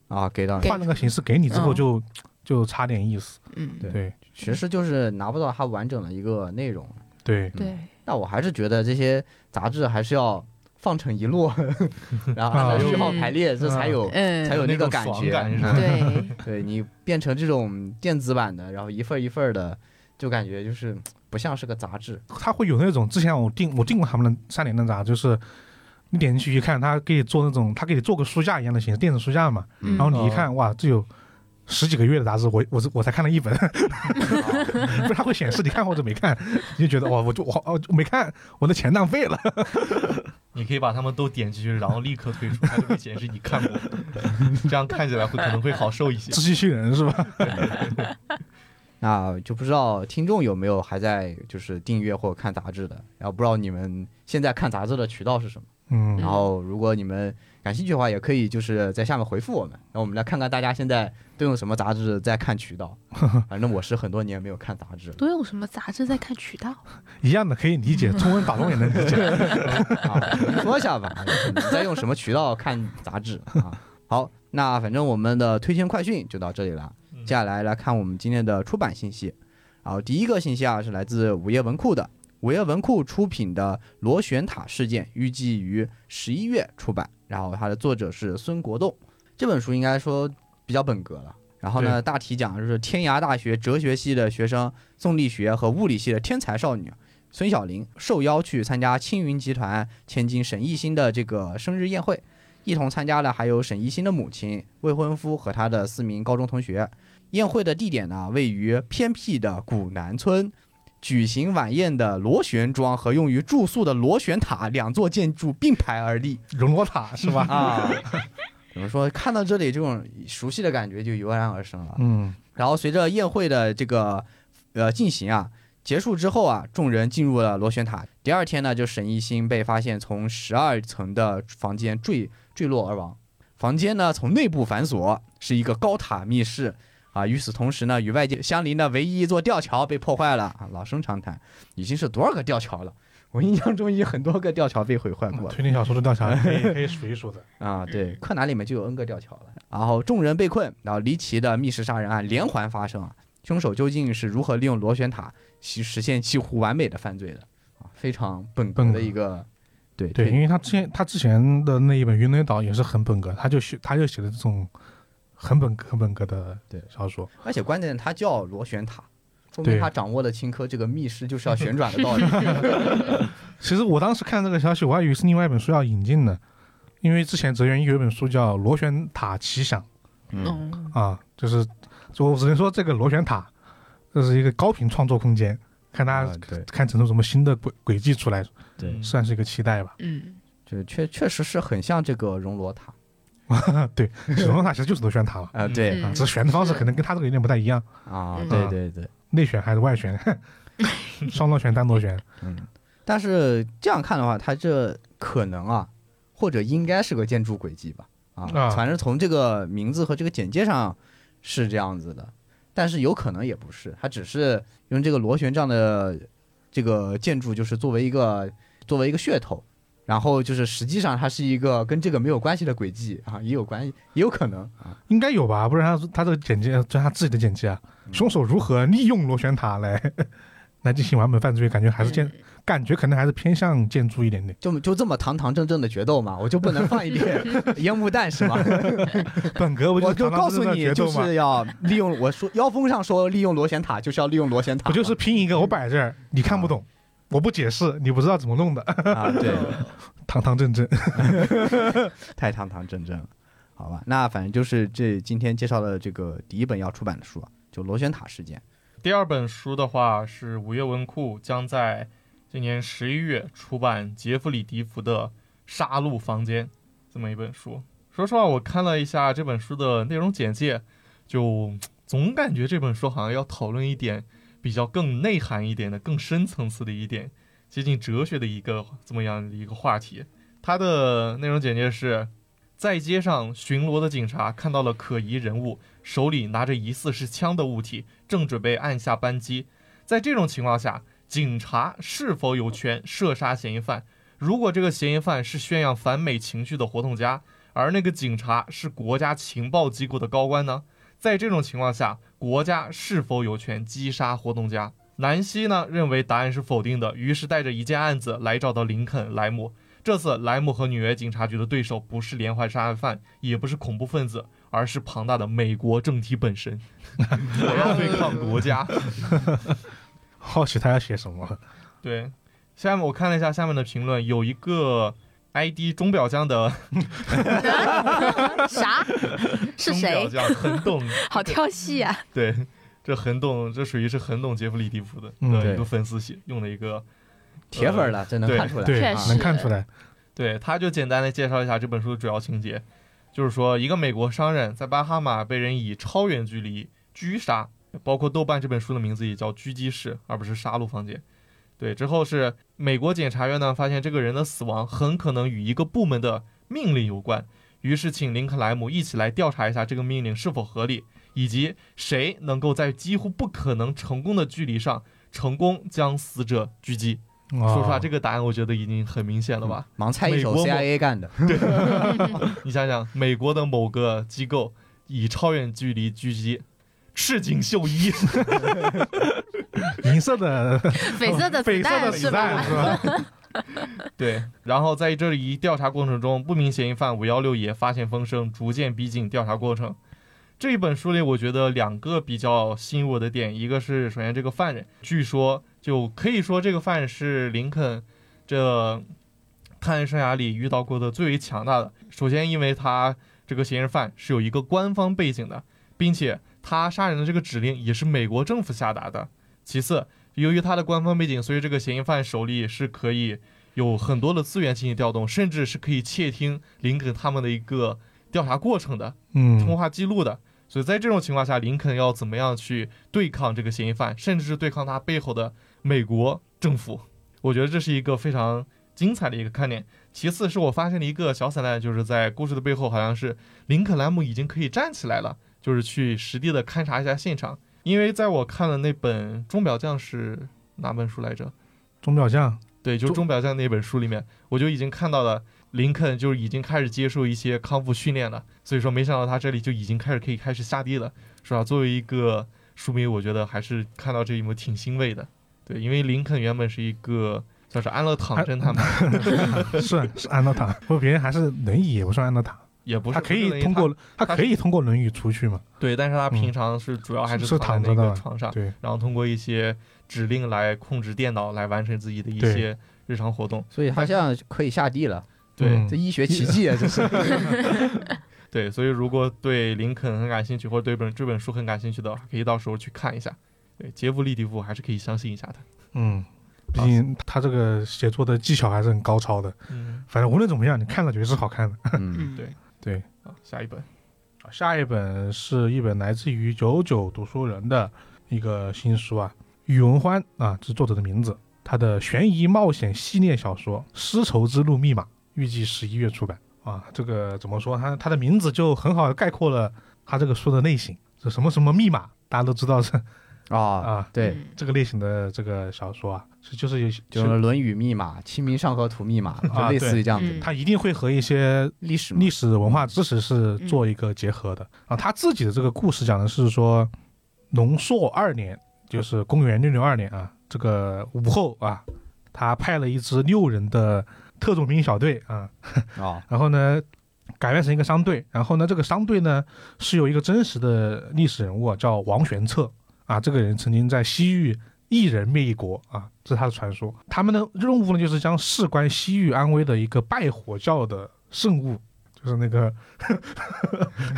啊，给到你
给
换了个形式给你之后
嗯
就、就差点意思。
嗯，
对
对
其实就是拿不到它完整的一个内容。
对，
对，
那我还是觉得这些杂志还是要放成一摞， 然后按照序号排列，这才有
嗯，
才有那个感
那种
觉。
爽感是吧
对，
对你变成这种电子版的，然后一份儿一份儿的，就感觉就是不像是个杂志。
它会有那种之前我订我订过他们的三联的杂志，就是你点进去一看，它给你做那种它给你做个书架一样的形式，电子书架嘛。
嗯
然后你一看，哇，这有十几个月的杂志，我我我才看了一本，不是它会显示你看或者没看，你就觉得哇，我就我我没看，我的钱浪费了。
你可以把它们都点进去，然后立刻退出，它就会显示你看过，这样看起来会可能会好受一 些。
自欺欺人是吧？
那就不知道听众有没有还在就是订阅或看杂志的，然后不知道你们现在看杂志的渠道是什么。
嗯
然后如果你们感兴趣的话，也可以就是在下面回复我们，然后我们来看看大家现在都用什么杂志在看渠道。反正我是很多年没有看杂志了
都有什么杂志在看渠道？
一样的可以理解，中文打动也能理解。
啊，说一下吧，你在用什么渠道看杂志啊？好，那反正我们的推荐快讯就到这里了。
嗯
接下来来看我们今天的出版信息。然后第一个信息啊是来自午夜文库的，午夜文库出品的《螺旋塔事件》预计于十一月出版。然后它的作者是孙国栋。这本书应该说比较本格了。然后呢，大体讲就是天涯大学哲学系的学生宋力学和物理系的天才少女孙晓玲受邀去参加青云集团千金沈艺兴的这个生日宴会，一同参加的还有沈艺兴的母亲、未婚夫和他的四名高中同学。宴会的地点呢，位于偏僻的古南村。举行晚宴的螺旋庄和用于住宿的螺旋塔两座建筑并排而立，
荣罗塔是吧？
啊，怎么说？看到这里，这种熟悉的感觉就油然而生了。
嗯，
然后随着宴会的这个呃进行啊，结束之后啊，众人进入了螺旋塔。第二天呢，就沈一星被发现从十二层的房间坠坠落而亡。房间呢从内部反锁，是一个高塔密室啊。与此同时呢，与外界相邻的唯一一座吊桥被破坏了啊。老生常谈，已经是多少个吊桥了？我印象中已经很多个吊桥被毁坏过了。
推理小说的调查可以可以数一数的。
啊，对，柯南里面就有 N 个吊桥了。然后众人被困，然后离奇的密室杀人案连环发生啊！凶手究竟是如何利用螺旋塔实实现几乎完美的犯罪的啊？非常本格
本
的
格
一个，对
对，因为他之前他之前的那一本《云南岛》也是很本格，他就写他就写的这种很本格很本格的
对
小说。
而且关键它叫螺旋塔，说
对
明他掌握了荆轲这个密室就是要旋转的道理。
其实我当时看这个消息，我还以为是另外一本书要引进呢，因为之前泽原有一本书叫《螺旋塔奇想》。
嗯，
嗯，
啊，就是就我只能说这个螺旋塔，这是一个高频创作空间，看它、
啊嗯对
看整出什么新的轨轨迹出来，
对
算是一个期待 吧。
嗯，
就确确实是很像这个熔螺塔
对，水龙塔其实就是螺旋 塔了，
啊，对
啊
嗯
只是旋的方式可能跟它这个有点不太一样，
啊，
嗯
对对对，
内旋还是外旋， 双螺旋、单螺旋，
嗯，但是这样看的话，它这可能啊，或者应该是个建筑轨迹吧？啊，
啊
反正从这个名字和这个简介上是这样子的，但是有可能也不是，它只是用这个螺旋状的这个建筑，就是作为一个作为一个噱头。然后就是，实际上它是一个跟这个没有关系的轨迹啊，也有关系，也有可能啊。
应该有吧？不然它它这个简介，这是它呃自己的简介啊，凶手如何利用螺旋塔来 来进行完美犯罪，感觉还是建，感觉可能还是偏向建筑一点 点，
就就这么堂堂正正的决斗嘛，我就不能放一点烟雾弹是吗？
本格不
我
就
就
常常
告诉
在
你，
决
就
斗吗
是要利用我说妖风上说利用螺旋塔，就是要利用螺旋塔嘛，
我就是拼一个，我摆这儿，你看不懂，我不解释，你不知道怎么弄的，
啊，对，
堂堂正 正。
太堂堂正正了，好吧？那反正就是这今天介绍的这个第一本要出版的书啊，就螺旋塔事件。
第二本书的话是五月文库将在今年十一月出版杰弗里·迪福的《杀戮房间》这么一本书。说实话，我看了一下这本书的内容简介，就总感觉这本书好像要讨论一点比较更内涵一点的、更深层次的一点接近哲学的一个这么样的一个话题。它的内容简介是：在街上巡逻的警察看到了可疑人物手里拿着疑似是枪的物体，正准备按下扳机。在这种情况下，警察是否有权射杀嫌疑犯？如果这个嫌疑犯是宣扬反美情绪的活动家，而那个警察是国家情报机构的高官呢？在这种情况下，国家是否有权击杀活动家？南希呢认为答案是否定的，于是带着一件案子来找到林肯·莱姆。这次莱姆和纽约警察局的对手不是连环杀人犯，也不是恐怖分子，而是庞大的美国政体本身。 我要对抗国家。
好奇他要写什么？
对，下面我看了一下下面的评论，有一个 ID 钟表匠的
啥？是
钟表
谁？
匠很懂，
好跳 戏啊！
对，这很懂，这属于是很懂杰弗里·迪夫的
嗯
的
对
一个粉丝写用的一个
铁粉了，这能
对
看出来。
呃对啊
确，实
能看出来。
对，他就简单的介绍一下这本书的主要情节，就是说一个美国商人在巴哈马被人以超远距离狙杀，包括豆瓣这本书的名字也叫狙击室，而不是杀戮房间。对，之后是美国检察院呢发现这个人的死亡很可能与一个部门的命令有关，于是请林肯莱姆一起来调查一下这个命令是否合理，以及谁能够在几乎不可能成功的距离上成功将死者狙击。说实话，这
个
个答案我觉得已经很明显了吧？
盲猜一手
美国
CIA 干的，
你想想，美国的某个机构以超远距离狙击赤井秀一，
银色的
绯色的子
哦嗯绯色的
弹
子
是
弹
吧？
是吧？
对，然后在这一调查过程中，不明嫌疑犯五幺六也发现风声，逐渐逼近调查过程。这一本书里，我觉得两个比较吸引我的点，一个是首先这个犯人，据说就可以说这个犯人是林肯这探案生涯里遇到过的最为强大的。首先，因为他这个嫌疑人犯是有一个官方背景的，并且他杀人的这个指令也是美国政府下达的。其次，由于他的官方背景，所以这个嫌疑犯手里是可以有很多的资源进行调动，甚至是可以窃听林肯他们的一个调查过程的通
嗯，
话记录的。所以在这种情况下，林肯要怎么样去对抗这个嫌疑犯，甚至是对抗他背后的美国政府？我觉得这是一个非常精彩的一个看点。其次是我发现了一个小彩蛋，就是在故事的背后，好像是林肯莱姆已经可以站起来了，就是去实地的勘察一下现场。因为在我看了那本《钟表匠》是哪本书来着？
钟表匠，
对，就是《
钟
钟表匠》那本书里面，我就已经看到了林肯就是已经开始接受一些康复训练了，所以说没想到他这里就已经开始可以开始下地了，是吧？作为一个书迷，我觉得还是看到这一幕挺欣慰的。对，因为林肯原本是一个算是安乐躺侦 探吧，
是是安德塔， 不过别人还是轮椅也不算安德塔，
也不是
他可
不是
以
那
通过他
他
可以通过轮椅出去嘛？
对，但是他平常是主要还
是
躺在
躺着
那
的
个床上，
对，
然后通过一些指令来控制电脑来完成自己的一
对
些日常活动。
所以他现在可以下地了，
对、
嗯
这医学奇迹 啊，这是。
对，所以如果对林肯很感兴趣，或者对本这本书很感兴趣的话，可以到时候去看一下。对，杰弗利迪夫还是可以相信一下的。
嗯，毕竟他这个写作的技巧还是很高超的。
嗯，
反正无论怎么样，你看了觉得是好看的。
嗯，
嗯
对
对，
啊，下一本，
下一本是一本来自于九九读书人的一个新书啊，宇文欢啊，这是作者的名字，他的悬疑冒险系列小说《丝绸之路密码》预计十一月出版啊。这个怎么说？他他的名字就很好地概括了他这个书的类型，这什么什么密码，大家都知道是
啊，
啊，
对，，
这个类型的这个小说啊，是就是有
就是《论语》密码、《清明上河图》密码，就
啊
类似于这样子
对嗯
他一定会和一些
历史嘛嗯
历史文化知识是做一个结合的啊。他自己的这个故事讲的是说，龙朔二年，就是公元六六二年啊，这个武后啊，他派了一支六人的特种兵小队啊，
啊，
然后呢改编成一个商队，然后呢这个商队呢是有一个真实的历史人物、啊、叫王玄策啊，这个人曾经在西域一人灭一国啊，这是他的传说。他们的任务呢就是将事关西域安危的一个拜火教的圣物，就是那个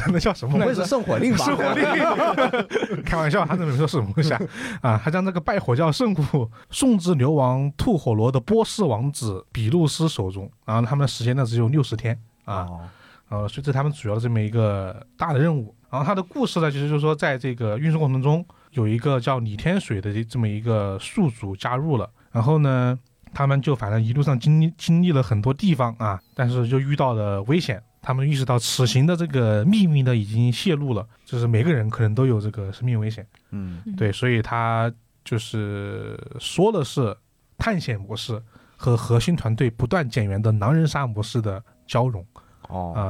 那叫什么
不
来
会
着
是？圣火令吧？
是 火令，开玩笑，他这没说是什么东西啊？啊，他将这个拜火教圣物送至流亡吐火罗的波斯王子比路斯手中，然后他们的时间呢只有六十天啊，
啊，
呃，所以这是他们主要的这么一个大的任务。然后他的故事呢，其实就是说，在这个运输过程中，有一个叫李天水的这这么一个宿主加入了，然后呢，他们就反正一路上经历经历了很多地方啊，但是就遇到了危险。他们意识到此行的这个秘密呢已经泄露了，就是每个人可能都有这个生命危险。
嗯，
对，所以他就是说的是探险模式和核心团队不断减员的狼人杀模式的交融。
哦，
啊、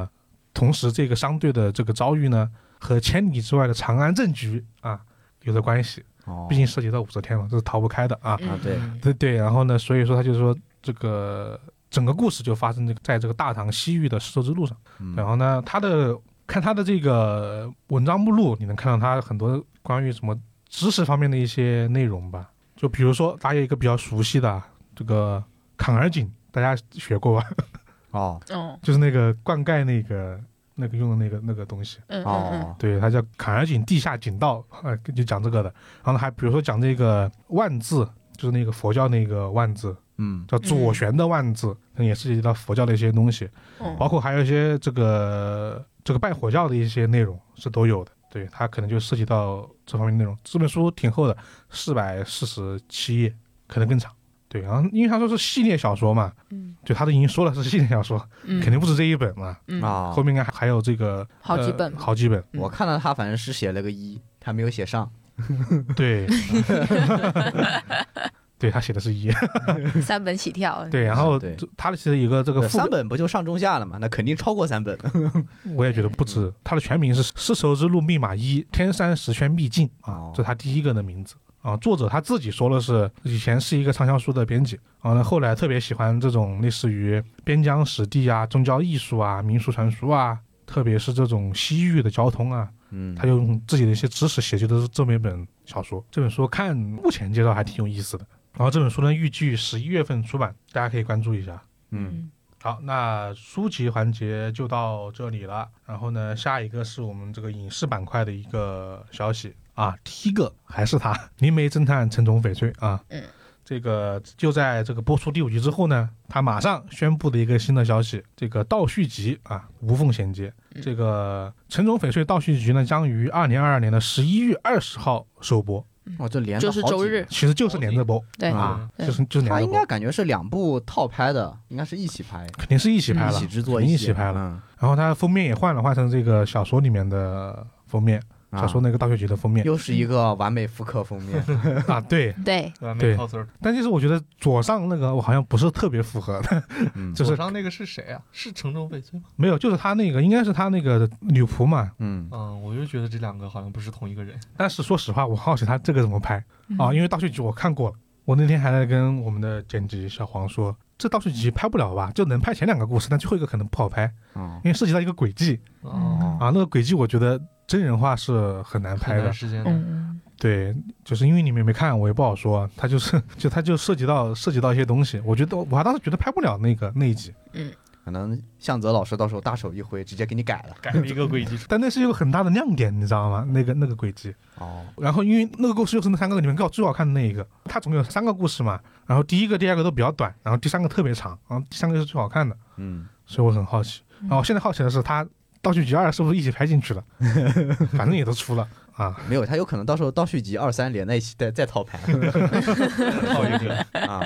同时这个商队的这个遭遇呢，和千里之外的长安政局啊有着关系，啊
哦
毕竟涉及到武则天嘛，这是逃不开的啊。
嗯
啊，对，
对对，然后呢，所以说他就说这个整个故事就发生这个在这个大唐西域的丝绸之路上。
嗯
然后呢，他的看他的这个文章目录，你能看到他很多关于什么知识方面的一些内容吧。就比如说，大家有一个比较熟悉的啊这个坎儿井，大家学过吧？
哦
哦，
就是那个灌溉那个那个用的那个那个东西，
嗯嗯
哦，
对，它叫坎儿井地下井道，呃，就讲这个的。然后还比如说讲这个万字，就是那个佛教那个万字，
嗯，
叫左旋的万字，那也涉及到佛教的一些东西，
嗯，
包括还有一些这个这个拜火教的一些内容是都有的。对，它可能就涉及到这方面内容。这本书挺厚的，四百四十七页，可能更长。对，然后因为他说是系列小说嘛，
嗯
就他都已经说了是系列小说，
嗯，
肯定不止这一本嘛。
嗯
啊
后，面应该还有这个
好几本
呃好几本，
我看到他反正是写了个一，他没有写上，
对， 对他写的是 一，
三本起跳，
对，然后
对
这他的其实有一个这个
对
副
三，本不就上中下了嘛？那肯定超过三本。
我也觉得不
嗯
止，他的全名是《丝绸之路密码一：天山石圈秘境》啊
哦，
这是他第一个的名字啊，作者他自己说的是，以前是一个畅销书的编辑啊，那后来特别喜欢这种类似于边疆史地啊、宗教艺术啊、民俗传说啊，特别是这种西域的交通啊，
嗯
他，就用自己的一些知识写就的这么一本小说。这本书看目前介绍还挺有意思的。然后这本书呢，预计十一月份出版，大家可以关注一下。
嗯，
好，那书籍环节就到这里了。然后呢，下一个是我们这个影视板块的一个消息啊。第一个还是他《灵媒侦探陈总翡翠》啊，
嗯，
这个就在这个播出第五集之后呢，他马上宣布的一个新的消息，这个倒叙集啊无缝衔接。
嗯
这个《陈总翡翠倒叙集》呢，将于二零二二年的十一月二十号首播，
哦，这连着
就是
好几
周日，
其实就是连着播
对
啊
啊，
对
就是就是
他
连着
应
播
该，感觉是两部套拍的，应该是一起拍，
肯定是一起拍
一
了
起，制作，
肯定
一
一起拍了。
嗯
然后它封面也换了，换成这个小说里面的封面，
啊
小说那个大学局的封 面
又是一个完美复刻封面，
啊，对。
对，
对吧？没
对
套词儿。
但其实我觉得左上那个我好像不是特别符合，
嗯
就是
上那个是谁啊？是城中翡翠吗？
没有，就是他那个应该是他那个女仆嘛。
嗯，
嗯，我就觉得这两个好像不是同一个人。
但是说实话，我好奇他这个怎么拍
嗯
啊，因为大学局我看过了，我那天还在跟我们的剪辑小黄说，这大学局拍不了吧，就能拍前两个故事，但最后一个可能不好拍，
哦
因为涉及到一个轨迹
哦，
嗯
啊，那个轨迹我觉得真人化是很难拍
很
的
短，时间的。
嗯，
对，就是因为你们也没看，我也不好说。他就是就他就涉及到涉及到一些东西，我觉得我还当时觉得拍不了那个那一集，
可能向泽老师到时候大手一挥，直接给你改了。
改了一个轨迹出
但那是一个很大的亮点，你知道吗？那个那个轨迹。
哦，
然后因为那个故事又是那三个里面告最好看的那一个，它总共有三个故事嘛。然后第一个、第二个都比较短，然后第三个特别长，然后第三个是最好看的，
嗯，
所以我很好奇。然后我现在好奇的是，他《道具集二》是不是一起拍进去了？ 反正也都出了啊。
没有，他有可能到时候倒叙集二三连在一起再再套拍
套一个，
啊。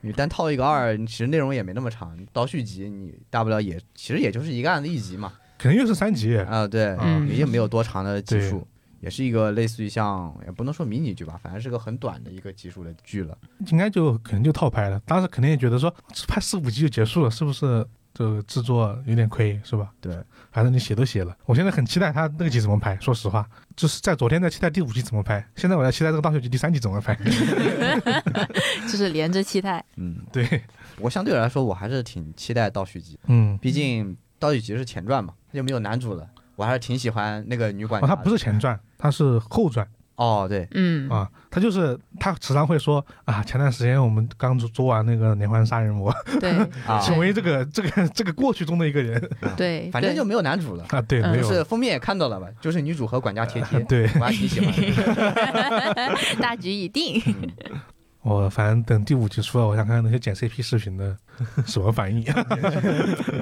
你单套一个二，其实内容也没那么长。倒叙集你大不了也其实也就是一个案子一集嘛，
肯定又是三集，
啊，对，
嗯
也没有多长的集
对
数，也是一个类似于像也不能说迷你剧吧，反正是个很短的一个集数的剧了。
应该就肯定就套拍了。当时肯定也觉得说拍四五集就结束了，是不是？这制作有点亏是吧？
对，
反正你写都写了，我现在很期待他那个集怎么拍。说实话，就是在昨天在期待第五集怎么拍，现在我在期待这个大学集第三集怎么拍。
嗯就是连着期待，
嗯，
对，
不过相对来说，我还是挺期待倒叙集，
嗯，
毕竟倒叙集是前传嘛，它就没有男主了。我还是挺喜欢那个女管
哦，
家的。
它不是前传，它是后传
哦，对，
嗯，
啊。它就是他时常会说啊，前段时间我们刚捉完那个连环杀人魔，
对
啊，嗯
成为这个这个这个过去中的一个人
对，
反正
对
就没有男主了。
啊。对，
嗯
没
就
有啊
是封面也看到了吧，就是女主和管 家贴贴，
对
我还挺喜欢 的。
大局 已定，
嗯
我反正等第五集出来，我想看看那些剪 CP 视频的什么反应。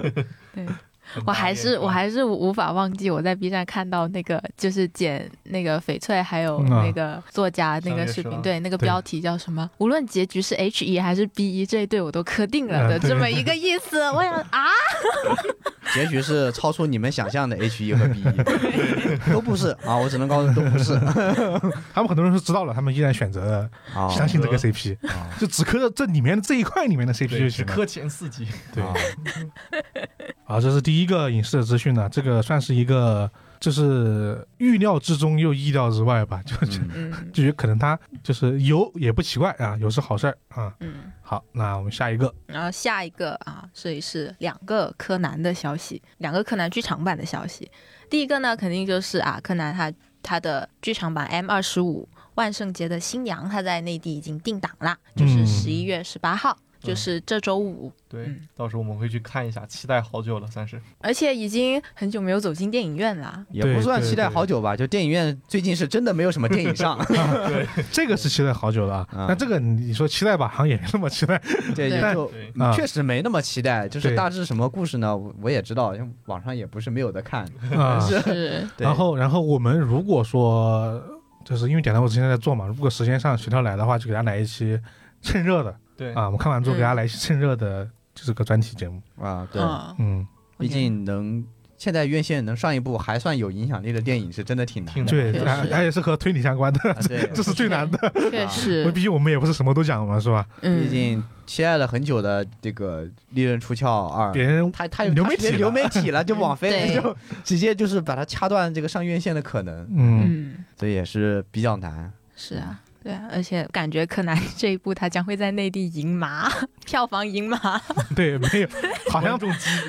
我还是
啊
我还是无法忘记我在 B 站看到那个就是剪那个翡翠还有
嗯啊
那个作家那个视
商业是吧
频，对那个
对
标题叫什么？无论结局是 H E 还是 B E，这一对我都磕定了
啊
的
对
这么一个意思。我想啊，
结局是超出你们想象的 H E 和 B E，都 不是啊，我只能告诉都不是。
他们很多人是知道了，他们依然选择了
啊
相信这个 CP，、
啊
就只磕着这里面这一块里面的 CP 就
对，只
行了。
磕前四集。
对
啊
啊，这是第一个影视的资讯啊呢、这个算是一个，就是预料之中又意料之外吧，就就
嗯
嗯
就觉得可能他就是有也不奇怪啊，有是好事儿啊。
嗯。
好，那我们下一个，
然后下一个啊，这里是两个柯南的消息，两个柯南剧场版的消息。第一个呢，肯定就是啊，柯南他他的剧场版 M 二十五《万圣节的新娘》，他在内地已经定档啦，就是
嗯
十一月十八号，就是这周五。
对
嗯，
到时候我们会去看一下，期待好久了，算是。
而且已经很久没有走进电影院啦，
也不算
对对
期待好久吧，就电影院最近是真的没有什么电 影上，
这个是期待好久了啊。
嗯
那这个你说期待吧，好像也没那么期待。
对，
对
也就嗯
对
啊
确实没那么期待。就是
对
大致什么故事呢？我我也知道，因为网上也不是没有的看。
啊、
是
对
然后，然后我们如果说就是因为点头，我之前在做嘛，如果时间上协调来的话，就给大家来一期趁热的
对，
啊。我看完之后
嗯
给大家来一期趁热的，就是个专题节目。
啊，对，
嗯，
嗯，
毕竟能现在院线能上一部还算有影响力的电影是真的挺难
挺
的。
对，
确实
它它也是和推理相关的，
啊对，
这是最难的。
确
因为
实，
毕竟我们也不是什么都讲嘛，是吧？
嗯
毕，竟期待了很久的这个《利刃出鞘二
别》。人
他他
流媒体了
流媒体了，就网飞
对
就直接就是把它掐断这个上院线的可能，
嗯，
嗯，
所以也是比较难。
是啊，对啊，而且感觉柯南这一部他将会在内地赢麻， 票房赢麻，
对，没有，好像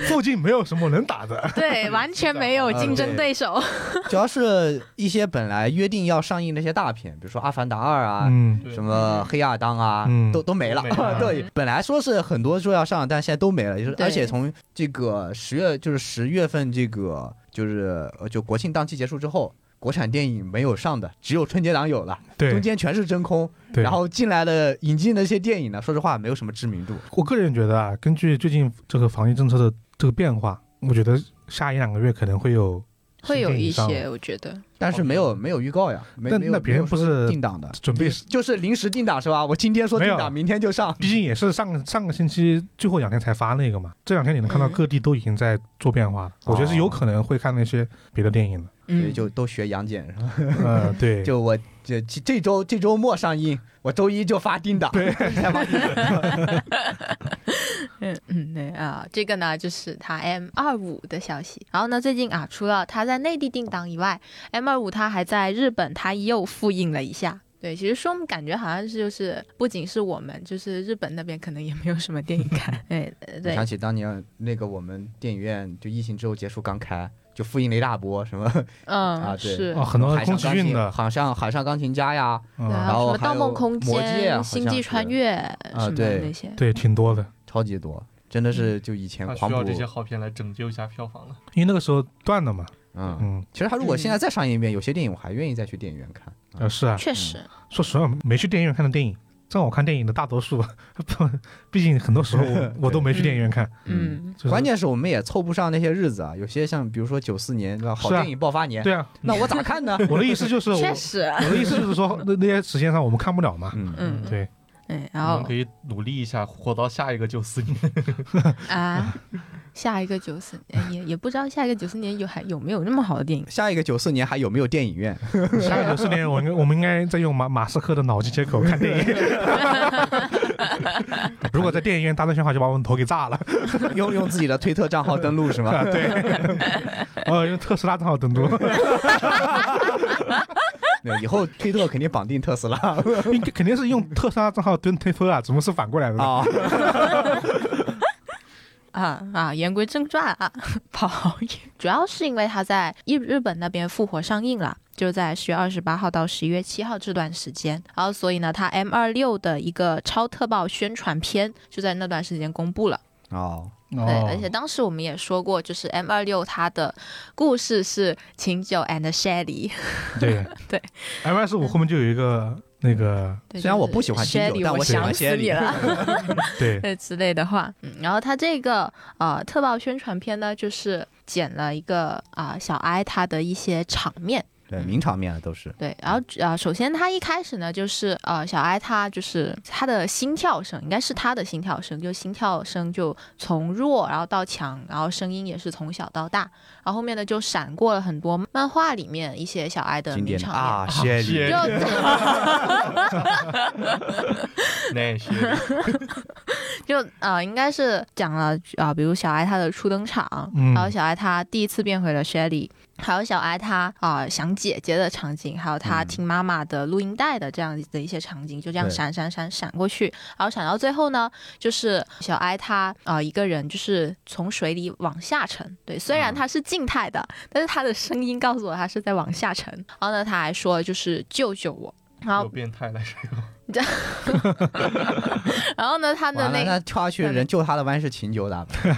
附近没有什么能打 的。
对，完全没
啊
有竞争对手。
主要是一些本来约定要上映那些大片，比如说《阿凡达二》啊，
嗯，
对
什么黑亚当啊，
嗯
都都没了
都没。了
对，本来说是很多说要上，但现在都没了。就是
对
而且从这个十月，就是十月份这个就是呃就国庆档期结束之后，国产电影没有上的，只有春节档有了，中
对
间全是真空。
对。
然后进来的引进的一些电影呢，说实话没有什么知名度。
我个人觉得啊，根据最近这个防疫政策的这个变化，我觉得下一两个月可能会有
会有一
新电影
些，
上
我觉得
但是没有没有预告呀，没
但
没有
那别人
没有
不是
定档的，
准备，
就是临时定档是吧？我 今天说定
没有
档，明天就上。
毕竟也是上上个星期最后两天才发那个嘛，这两天你能看到
嗯哦
各地都已经在做变化了，我觉得是有可能会看那些别的电 影的。
所
嗯
以，就都学杨戬是吧？
呃，对，
就我这这这周这周末上映，我周一就发定档，才发定档
嗯嗯，对啊，这个呢就是它 M 二五的消息。然后呢，最近啊，除了它在内地定档以外，M 二五它还在日本它又复映了一下。对，其实说感觉好像是就是不仅是我们，就是日本那边可能也没有什么电影 看。对呃
我
对
想起当年那个我们电影院就疫情之后结束刚开，就复映了一大波什么
嗯，
啊对
是。
哦，很多
海
宫
上
崎
钢琴
骏的，
好像海上钢琴家呀，
嗯
对啊，
然后
什么《
还
盗
有
梦空
魔戒啊
间》
好
《星
像
际
是啊
穿越》什么
对
那些，
对，挺多的。
超级多，真的是就以前
嗯
他需
狂
要
补
这，些好片来拯救一下票房了。
因为那个时候断了嘛，
嗯。
嗯，
其实他如果现在再上映一遍，有些电影我还愿意再去电影院看。
呃，是啊，
确实，
说实话，没去电影院看的电影，正好看电影的大多数， 毕竟很多时候 我我都没去电影院看。
嗯
嗯，
就是
关键是我们也凑不上那些日子啊，有些像比如说九四年对吧，好
是啊
电影爆发年，
对啊，
那我咋看呢？
我的意思就是
嗯
我
确实，
我的意思就是说，那那些时间上我们看不了嘛。
嗯
嗯，
对，
对，
我
然后
们可以努力一下，活到下一个九四年。
啊，下一个九四年也也不知道下一个九四年有还有没有那么好的电影。
下一个九四年还有没有电影院？
下一个四年，我应该我们应该再用马马斯克的脑机接口看电 影。如果在电影院大声喧哗，就把我们头给 炸了。
用用自己的推特账号登录 是吗？
对，哦，用特斯拉正好 登住，
对，以后推特肯定绑定特斯拉啊、
应该肯定是用特斯拉账号登推特啊，怎么是反过来的呢？
啊啊！言归正传啊， 跑远，主要是因为它在日日本那边复活上映了，就在十月二十八号到十一月七号这段时间，然后所以呢，它 M 二六的一个超特报宣传片就在那段时间公布了。
哦，
对，而且当时我们也说过，就是 M 二六它的故事是秦九 and Shelly，
对
对
，M S 五后面就有一个那个
对
虽然我不喜欢秦九
Shelly，
但
我
我喜欢
想死
Shelly
你了。
对
对之类的话。嗯，然后他这个呃特报宣传片呢，就是剪了一个啊、小哀他的一些场面。
对，名场面了都是。
对，然后呃，首先他一开始呢，就是呃小哀他就是他的心跳声，应该是他的心跳声，就心跳声就从弱然后到强，然后声音也是从小到大。然后后面呢就闪过了很多漫画里面一些小哀的
经
名
典的
场面。
啊，谢
谢
里，
谢
就
那 些
就呃，应该是讲了啊、呃比如小艾她的初登场，
嗯
还有小艾她第一次变回了 Shelly，还有小艾她啊、呃想姐姐的场景，还有她
嗯
听妈妈的录音带的这样的一些场景，就这样
对
闪闪闪闪过去，然后闪到最后呢，就是小艾她啊、呃一个人就是从水里往下沉，对，虽然
嗯
她是静态的，但是她的声音告诉我她是在往下沉，然后呢，她还说就是救救我。然
有
后，
变态来说，
然后呢？她的
完了，
那
那跳下去人救他的万一是秦九打的，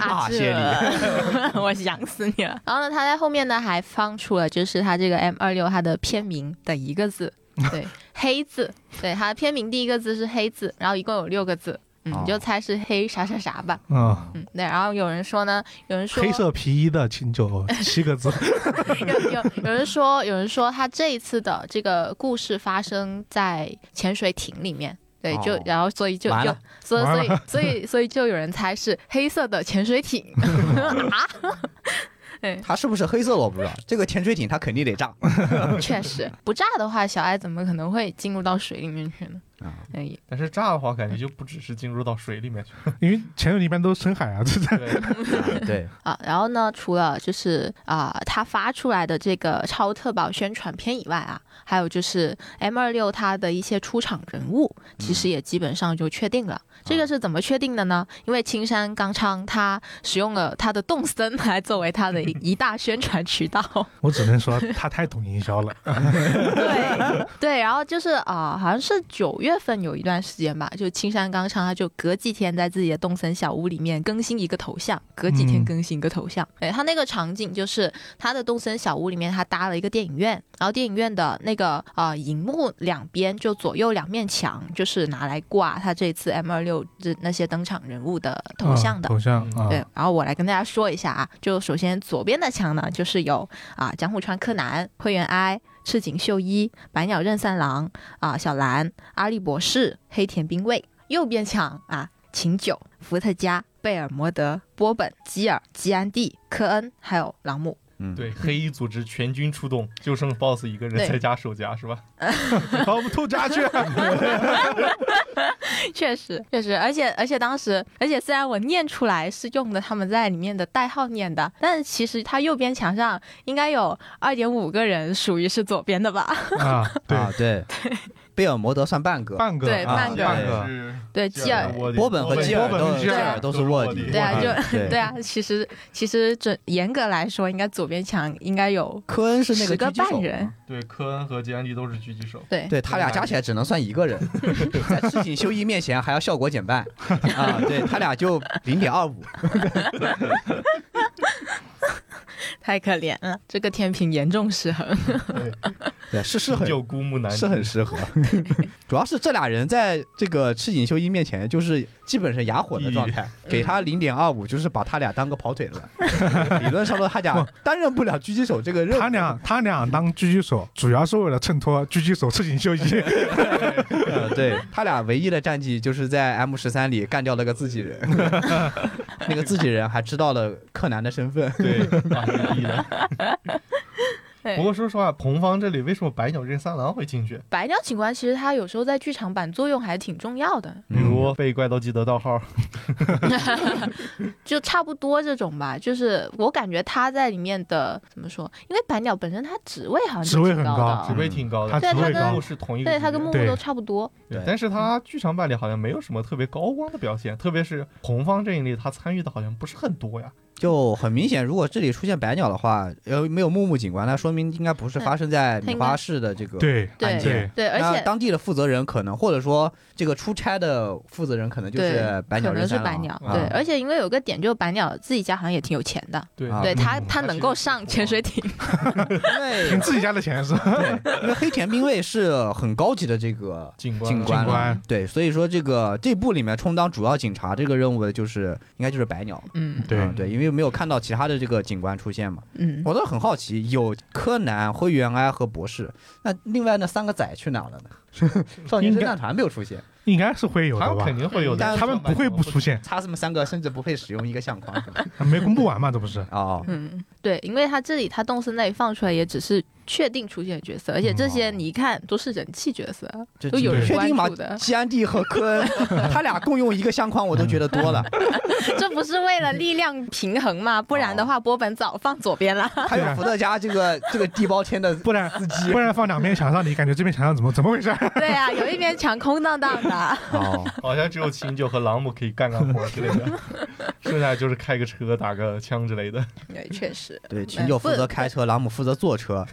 啊，
谢谢
你， 我想死你了。然后呢，他在后面呢还放出了就是他这个 M 二六它的片名的一 个字，对，黑字，对，它的片名第一个字是黑字，然后一共有六个字，嗯，
哦
你就猜是黑啥啥啥吧，
啊，
嗯，对。然后有人说呢，有人说
黑色皮衣的清酒七个字，
有有有人说，有人说他这一次的这个故事发生在潜水艇里面。对，就
哦
然后所以就
完
就
了
所以所
完
以所以所以就有人猜是黑色的潜 水艇 啊， 对，
他是不是黑色我不知道，这个潜水艇他肯定得炸，啊
确实不炸的话，小爱怎么可能会进入到水里面去呢？哎
啊，
对，
但是炸的话，感觉就不只是进入到水里面去。
因为潜水一般都是深海啊， 这这
对，
对，
啊，然后呢，除了就是啊、他发出来的这个超特保宣传片以外啊，还有就是 M 二六它的一些出场人物，其实也基本上就确定了。这个是怎么确定的呢？因为青山刚昌他使用了他的动森来作为他的一一大宣传渠道。
我只能说他 太懂营销了。
对对，然后就是啊、好像是九月份有一段时间吧，就青山刚昌他就隔几天在自己的动森小屋里面更新一个头像，隔几天
嗯
更新一个头像。哎、他那个场景就是他的动森小屋里面，他搭了一个电影院，然后电影院的那个呃荧幕两边就左右两面墙，就是拿来挂他这次 M 二六这那些登场人物的 头像
啊
的。
头像啊，
对，然后我来跟大家说一下啊，就首先左边的墙呢，就是有啊江户川柯南、灰原哀、赤井秀一、百鸟任三郎啊小兰、阿笠博士、黑田兵卫；右边墙啊秦九、伏特加、贝尔摩德、波本、吉尔、吉安蒂、科恩，还有朗姆。
嗯，
对，黑衣组织全军出动，就剩 BOSS 一个人
对
在家守家，是吧？
把我们偷家去。啊
确实，确实，而且而且当时，而且虽然我念出来是用的他们在里面的代号念的，但其实它右边墙上应该有二点五个人属于是左边的吧？
啊，对，
啊， 对，贝尔摩德算半个，
半个，
对
啊
半个
半个，
是
对，基尔
是卧底
波本和基尔
波本
都
和基
基
尔
尔都是卧底，
对
对啊，
哇
就
对
对啊，其实其实准严格来说，应该左边墙应该有
科恩是那
十个
狙击手
半
嘛
人，
对，科恩和吉安迪都是狙击手。
对
对他俩加起来只能算一个 人，在赤井秀一面前还要效果减 半啊！对他俩就零点二五，
太可怜了，这个天平严重失衡。
对是是很
就孤木难
是很适 合，主要是这俩人在这个赤井秀一面前就是基本是哑火的状态，给他零点二五就是把他俩当个跑腿的， 理论上说他俩担任不了狙击手这个任务，
他俩他俩当狙击手，主要是为了衬托狙击手赤井秀一。
呃对他俩唯一的战绩就是在 M 十三里干掉了个自己 人，那个自己人还知道了柯南的身份，
对，啊是一 人。
对
不过说实话，彭方这里为什么百鸟任三郎会进去？
白鸟警官其实他有时候在剧场版作用还挺重要的，
比
嗯
如被怪盗基德盗号，
就差不多这种吧。就是我感觉他在里面的怎么说？因为白鸟本身他职位好像
职位
挺
很
高
高
职
的，
位挺高的，
他
对职位他跟
跟
高
木是同一
嗯
个职
对
位，
他跟木木
对
都差不多。
对
对，
但是他剧场版里好像没有什么特别高光的表现，特别是红方阵营里，他参与的好像不是很多呀。
就很明显，如果这里出现白鸟的话，呃，没有木木警官，那说明应该不
嗯
是发生在米花市的这个。。
对
对
对
对，而
那
且
当地的负责人可能，或者说这个出差的负责人可能就是白鸟
可能
人
是
三郎
白鸟，
啊
对，而且因为有个点，就是白鸟自己家好像也挺有钱的，
对
啊
对他
嗯
他
他
能
其
够
实
上
不
潜
高
水艇，
因为
凭自己家的钱是吧？
对，因为黑田兵卫是很高级的这个
警官，啊
警官
警
了
官，啊
对，所以说这个这部里面充当主要警察这个任务的就是应该就是白鸟，
嗯
对
嗯对，因为没有看到其他的这个警官出现嘛，
嗯，
我倒很好奇，有柯南、灰原哀和博士，那另外那三个仔去哪儿了 呢？少年侦探团没有出现，
应该是会有
他
的
们
吧
肯？定会有的，
但
他们不会不出现，
他们三个甚至不配使用一个相框。
没公布完嘛，这不是？
哦，
嗯，对，因为他这里他动森那里放出来也只是确定出现的角色，而且这些你一看都是人气角色，
这
都有人
确
关
定吗
注？的，
西安蒂和科恩，他俩共用一个相框，我都觉得多了。
这不是为了力量平衡嘛？不然的 话，波本早放左边 了。
还有伏特加这个这个地包 天的
不然不然放两边墙上，你感觉这边墙上怎么怎么回事？
对啊，有一边墙空荡荡的。
哦，
好像只有秦九和朗姆可以干干活之类 的，剩下就是开个车、打个枪之类的。
对，确实，
对，秦九负责开车，朗姆负责坐车，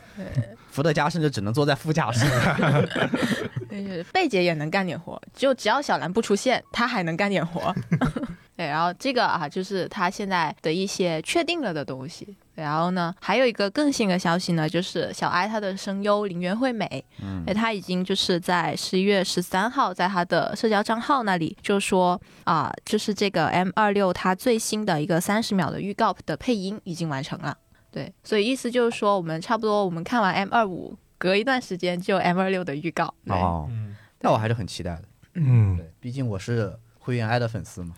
伏特加甚至只能坐在副 驾驶。
就是 贝姐也能干点活，就只要小兰不出现，她还能干点活。 对，然后这个啊，就是她现在的一些确定了的东西。对然后呢，还有一个更新的消息呢，就是小哀她的声优林原惠美，
嗯
哎，她已经就是在十一月十三号，在她的社交账号那里就说啊、就是这个 M 二六它最新的一个三十秒的预告的配音已经完成了。对，所以意思就是说，我们差不多我们看完 M 二五，隔一段时间就有 M 二六的预告。对
哦，
嗯，
那我还是很期待的。
嗯，
对，毕竟我是灰原哀的粉丝嘛。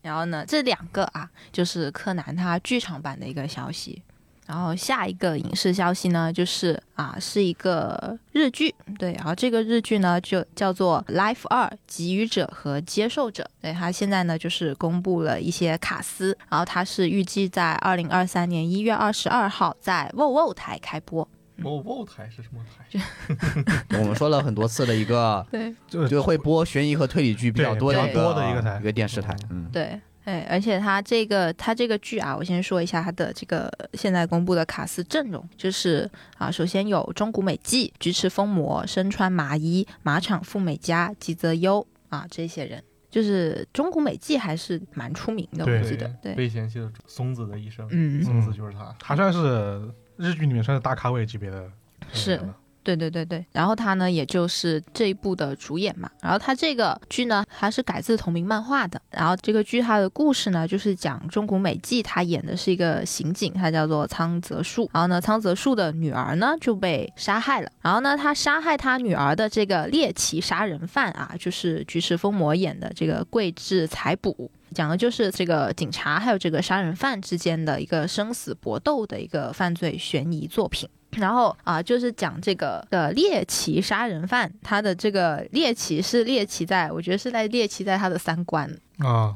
然后呢，这两个啊，就是柯南他剧场版的一个消息。然后下一个影视消息呢，就是啊，是一个日剧，对，然后这个日剧呢就叫做《Life 二：给予者和接受者》，对，它现在呢就是公布了一些卡司，然后它是预计在二零二三年一月二十二号在 WOWO 台开播，，
某某哦台是什么台？
我们说了很多次的 一个
对，
这
就会播悬疑和推理剧比较多的
对
一
比
个
较
多的一个台
一个电视台，嗯，
对，哎，而且它这个它这个剧啊，我先说一下它的这个现在公布的卡司阵容，就是啊，首先有中谷美纪、菊池风磨、身川麻衣、马场富美佳、吉泽优啊这些人。就是中谷美纪还是蛮出名的，
对
我记得，对，
被嫌弃的松子的一生，
嗯，
松子就是他。
还算是日剧里面算是大咖位级别的，
是对对对对，然后他呢，也就是这一部的主演嘛。然后他这个剧呢，它是改自同名漫画的。然后这个剧它的故事呢，就是讲中谷美纪她演的是一个刑警，她叫做仓泽树。然后呢，仓泽树的女儿呢就被杀害了。然后呢，他杀害他女儿的这个猎奇杀人犯啊，就是菊池风磨演的这个桂智采补。讲的就是这个警察还有这个杀人犯之间的一个生死搏斗的一个犯罪悬疑作品。然后啊，就是讲这个的猎奇杀人犯，他的这个猎奇是猎奇在，我觉得是在猎奇在他的三观，
啊，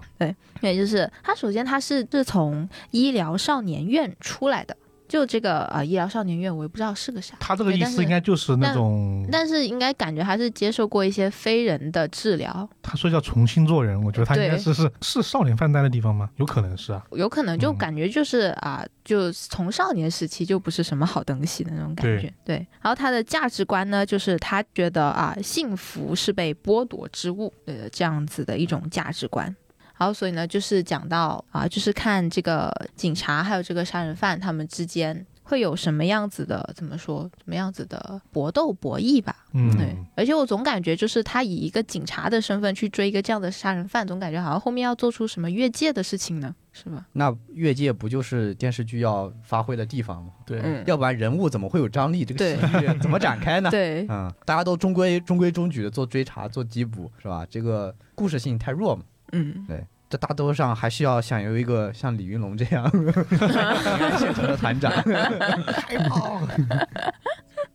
也就是他首先他是是从医疗少年院出来的，就这个啊、呃医疗少年院我也不知道是个啥，
他这个
对
意
但
思
是
应该就是那种，
但是应该感觉他是接受过一些非人的治疗，
他说叫重新做人，我觉得他应该
对
是是是少年犯待的地方吗？有可能是啊，
有可能就
嗯
感觉就是啊、就从少年时期就不是什么好东西的那种感觉。对然后他的价值观呢，就是他觉得啊、幸福是被剥夺之物，对的，这样子的一种价值观。然后所以呢，就是讲到啊、就是看这个警察还有这个杀人犯他们之间。会有什么样子的？怎么说？什么样子的搏斗博弈吧？对
嗯，，
而且我总感觉就是他以一个警察的身份去追一个这样的杀人犯，总感觉好像后面要做出什么越界的事情呢，是吧？
那越界不就是电视剧要发挥的地方吗？
对，
嗯，
要不然人物怎么会有张力？这个
对
喜剧 怎么展开呢？
对，
嗯，大家都中规中规中矩的做追查、做缉捕，是吧？这个故事性太弱嘛。
嗯，
这大多上还是要想有一个像李云龙这样 现成的团长，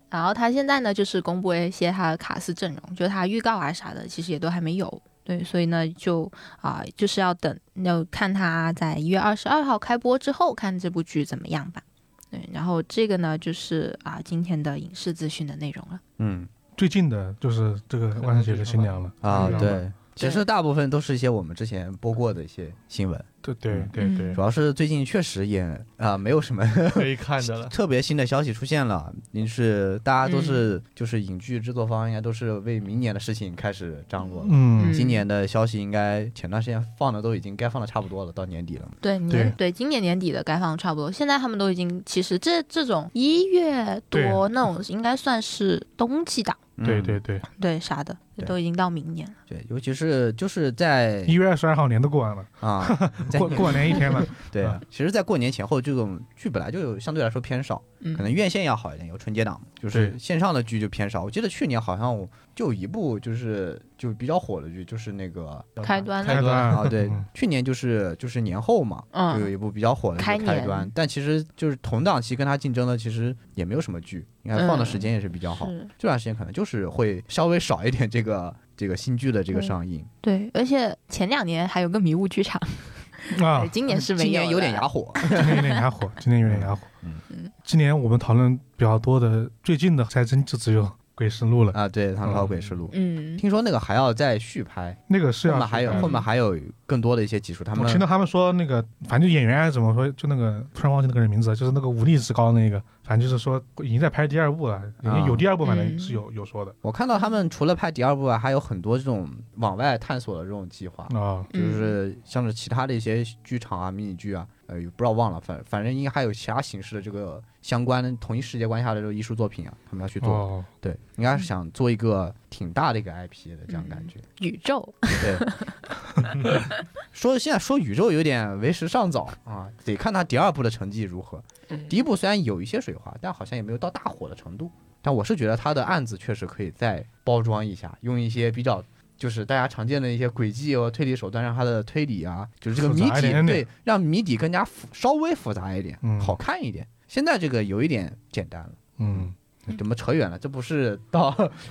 然后他现在呢，就是公布了一些他的卡司阵容，就是他预告啊啥的，其实也都还没有。对，所以呢，就啊、就是要等，要看他在一月二十二号开播之后，看这部剧怎么样吧。对，然后这个呢，就是啊、今天的影视资讯的内容了。
嗯
最近的就是这个万圣节的新娘了，
啊
知道吗
对，其实大部分都是一些我们之前播过的一些新闻，
对对
嗯
对对
主，要是最近确实也啊、没有什么
可以看着了。
特别新的消息出现了，您是大家都
嗯
是、就是影剧制作方应该都是为明年的事情开始张罗了。
嗯，
今年的消息应该前段时间放的都已经该放的差不多了，到年底了。
对年
对
今年年底的该放差不多，现在他们都已经其实这这种一月多
对
那种应该算是冬季档，
对
嗯
对对，
对啥的
对
都已经到明年了。
对，尤其是就是在
一月二十二号年都过完了，
啊，在
过
年
过年一 天了，
对啊，其实，在过年前后，这种剧本来就相对来说偏少，
嗯，
可能院线要好一点，有春节档嘛，就是
对
线上的剧就偏少。我记得去年好像我就有一部就是就比较火的剧，就是那个
开端
开
了，
端
端
啊，对
嗯，
去年就是就是年后嘛，就有
嗯，
一部比较火的
开
那个
年
开端，但其实就是同档期跟它竞争的，其实也没有什么剧，应该放的时间也是比较好。
是
这段时间可能就是会稍微少一点这个这个新剧的这个
对
上映，
对，而且前两年还有个迷雾剧场，
啊
对，今年是没
今年有
了
点 哑火。
今年有点哑 火，今年有点哑火。
嗯
嗯
今年我们讨论比较多的，最近的还真就只有《鬼神录》了。
啊，对，《唐朝诡事录》
嗯，
听说那个还要再续拍，
那个是
后
要
面还有
嗯
后面还有更多的一些技术，他们
我听到他们说那个，反正演员还是怎么说，就那个突然忘记那个人名字了，就是那个武力值高的那个，反正就是说已经在拍第二部了，已
啊
经有第二部，反正
嗯
是有有说的
我看到他们除了拍第二部啊，还有很多这种往外探索的这种计划，
啊。
嗯
就是像是其他的一些剧场啊、迷你剧啊，呃，不知道忘了，反反正应该还有其他形式的这个相关的同一世界观下的这个艺术作品啊，他们要去做。
哦，
对，应该是想做一个挺大的一个 IP 的这样感觉。
宇宙，
对。说现在说宇宙有点为时尚早啊，得看他第二部的成绩如何。
嗯
第一部虽然有一些水花，但好像也没有到大火的程度。但我是觉得他的案子确实可以再包装一下，用一些比较就是大家常见的一些诡计和推理手段，让他的推理啊，就是这个
复杂
谜
一
底
点点
对，让谜底更加复稍微复杂一点，
嗯
好看一点。现在这个有一点简单了。
嗯，
怎么扯远了？这不是到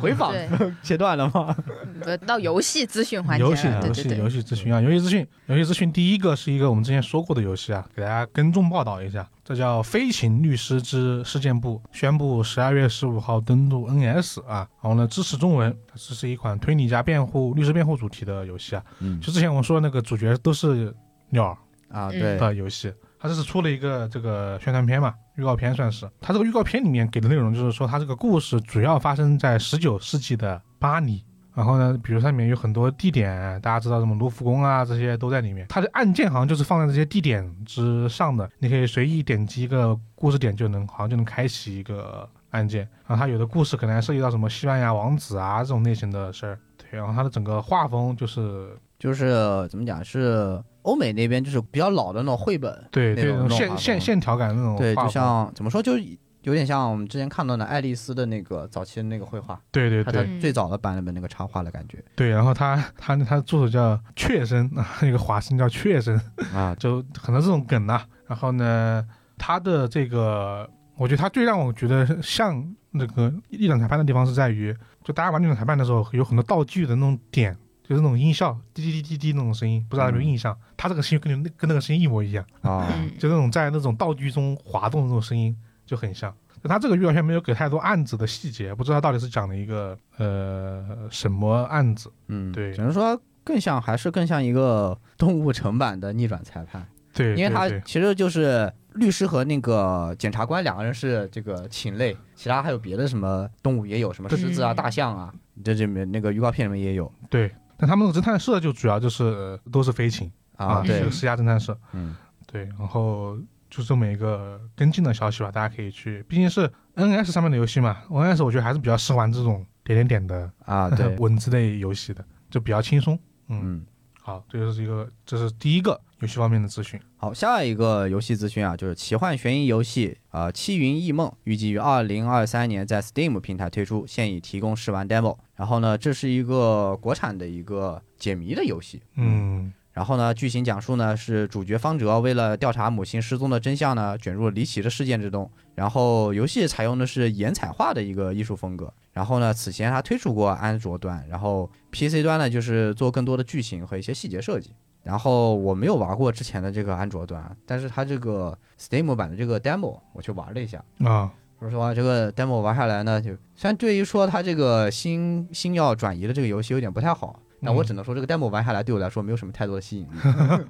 回访
对，
阶段了吗？
不到游戏资讯环节
游戏啊
了，对
游
对
戏
对
游戏资讯啊，游戏资讯，游戏资讯第一个是一个我们之前说过的游戏啊，给大家跟踪报道一下，这叫《飞行律师之事件簿》，宣布十二月十五号登陆 NS 啊，然后呢支持中文，它这是一款推理加辩护、律师辩护主题的游戏啊，
嗯
就之前我说那个主角都是鸟儿，
啊，
嗯
对，
的游戏，它这是出了一个这个宣传片嘛，预告片算是。它这个预告片里面给的内容就是说，它这个故事主要发生在十九世纪的巴黎。然后呢，比如上面有很多地点，大家知道什么卢浮宫啊，这些都在里面。它的按键好像就是放在这些地点之上的，你可以随意点击一个故事点就能，好像就能开启一个按键。然后它有的故事可能还涉及到什么西班牙王子啊这种类型的事儿。对，然后它的整个画风就是
就是怎么讲是欧美那边就是比较老的那种绘本，
对
那
对
种
那种
那种
线
画
线
风
线条感那种
对，
哦画
就
风
像怎么说，就是有点像我们之前看到的爱丽丝的那个早期的那个绘画，
对对
它
对
的，最早的版本那个插画的感觉
对，然后他他他的助手叫雀生 啊，那个华生叫雀生，
啊，
就很多这种梗啊。然后呢，他的这个，我觉得他最让我觉得像那个立场裁判的地方是在于，就大家玩立场裁判的时候，有很多道具的那种点，就是那种音效，滴滴滴滴滴那种声音，不知道有没有印象？他这个声音跟你跟那个声音一模一样。
啊，
嗯
就那种在那种道具中滑动的那种声音就很像。但他这个预告片没有给太多案子的细节，不知道到底是讲的一个呃什么案子。
嗯，
对
只能说更像还是更像一个 动物城版的逆转裁判，
对，
因为
对
它
对
其实就是律师和那个检察官两个人是这个禽类，其他还有别的什么动物也有，什么狮子啊、
嗯
大象啊，这这里面那个预告片里面也有
对，但他们那个侦探社就主要就是、呃都是飞行
啊，
是
对
个，私家侦探社。
嗯，
对，然后就这么一个跟进的消息吧，大家可以去，毕竟是 NS 上面的游戏嘛，NS 我觉得还是比较适合玩这种点点点的、，
啊，对
文字类游戏的，就比较轻松。嗯，
嗯。
好，这就是一个，这是第一个游戏方面的资讯。
好，下一个游戏资讯啊，就是奇幻悬疑游戏啊，呃七云异梦》，预计于二零二三年在 Steam 平台推出，现已提供试玩 demo。然后呢，这是一个国产的一个解谜的游戏。
嗯
然后呢，剧情讲述呢是主角方哲为了调查母亲失踪的真相呢，卷入离奇的事件之中。然后游戏采用的是岩彩画的一个艺术风格。然后呢，此前它推出过安卓端，然后 PC 端呢就是做更多的剧情和一些细节设计。然后我没有玩过之前的这个安卓端，但是它这个 Steam 版的这个 demo 我去玩了一下。
啊，
说实话，这个 demo 玩下来呢，就虽然对于说它这个新新要转移的这个游戏有点不太好，但我
嗯
只能说这个 demo 玩下来对我来说没有什么太多的吸引力。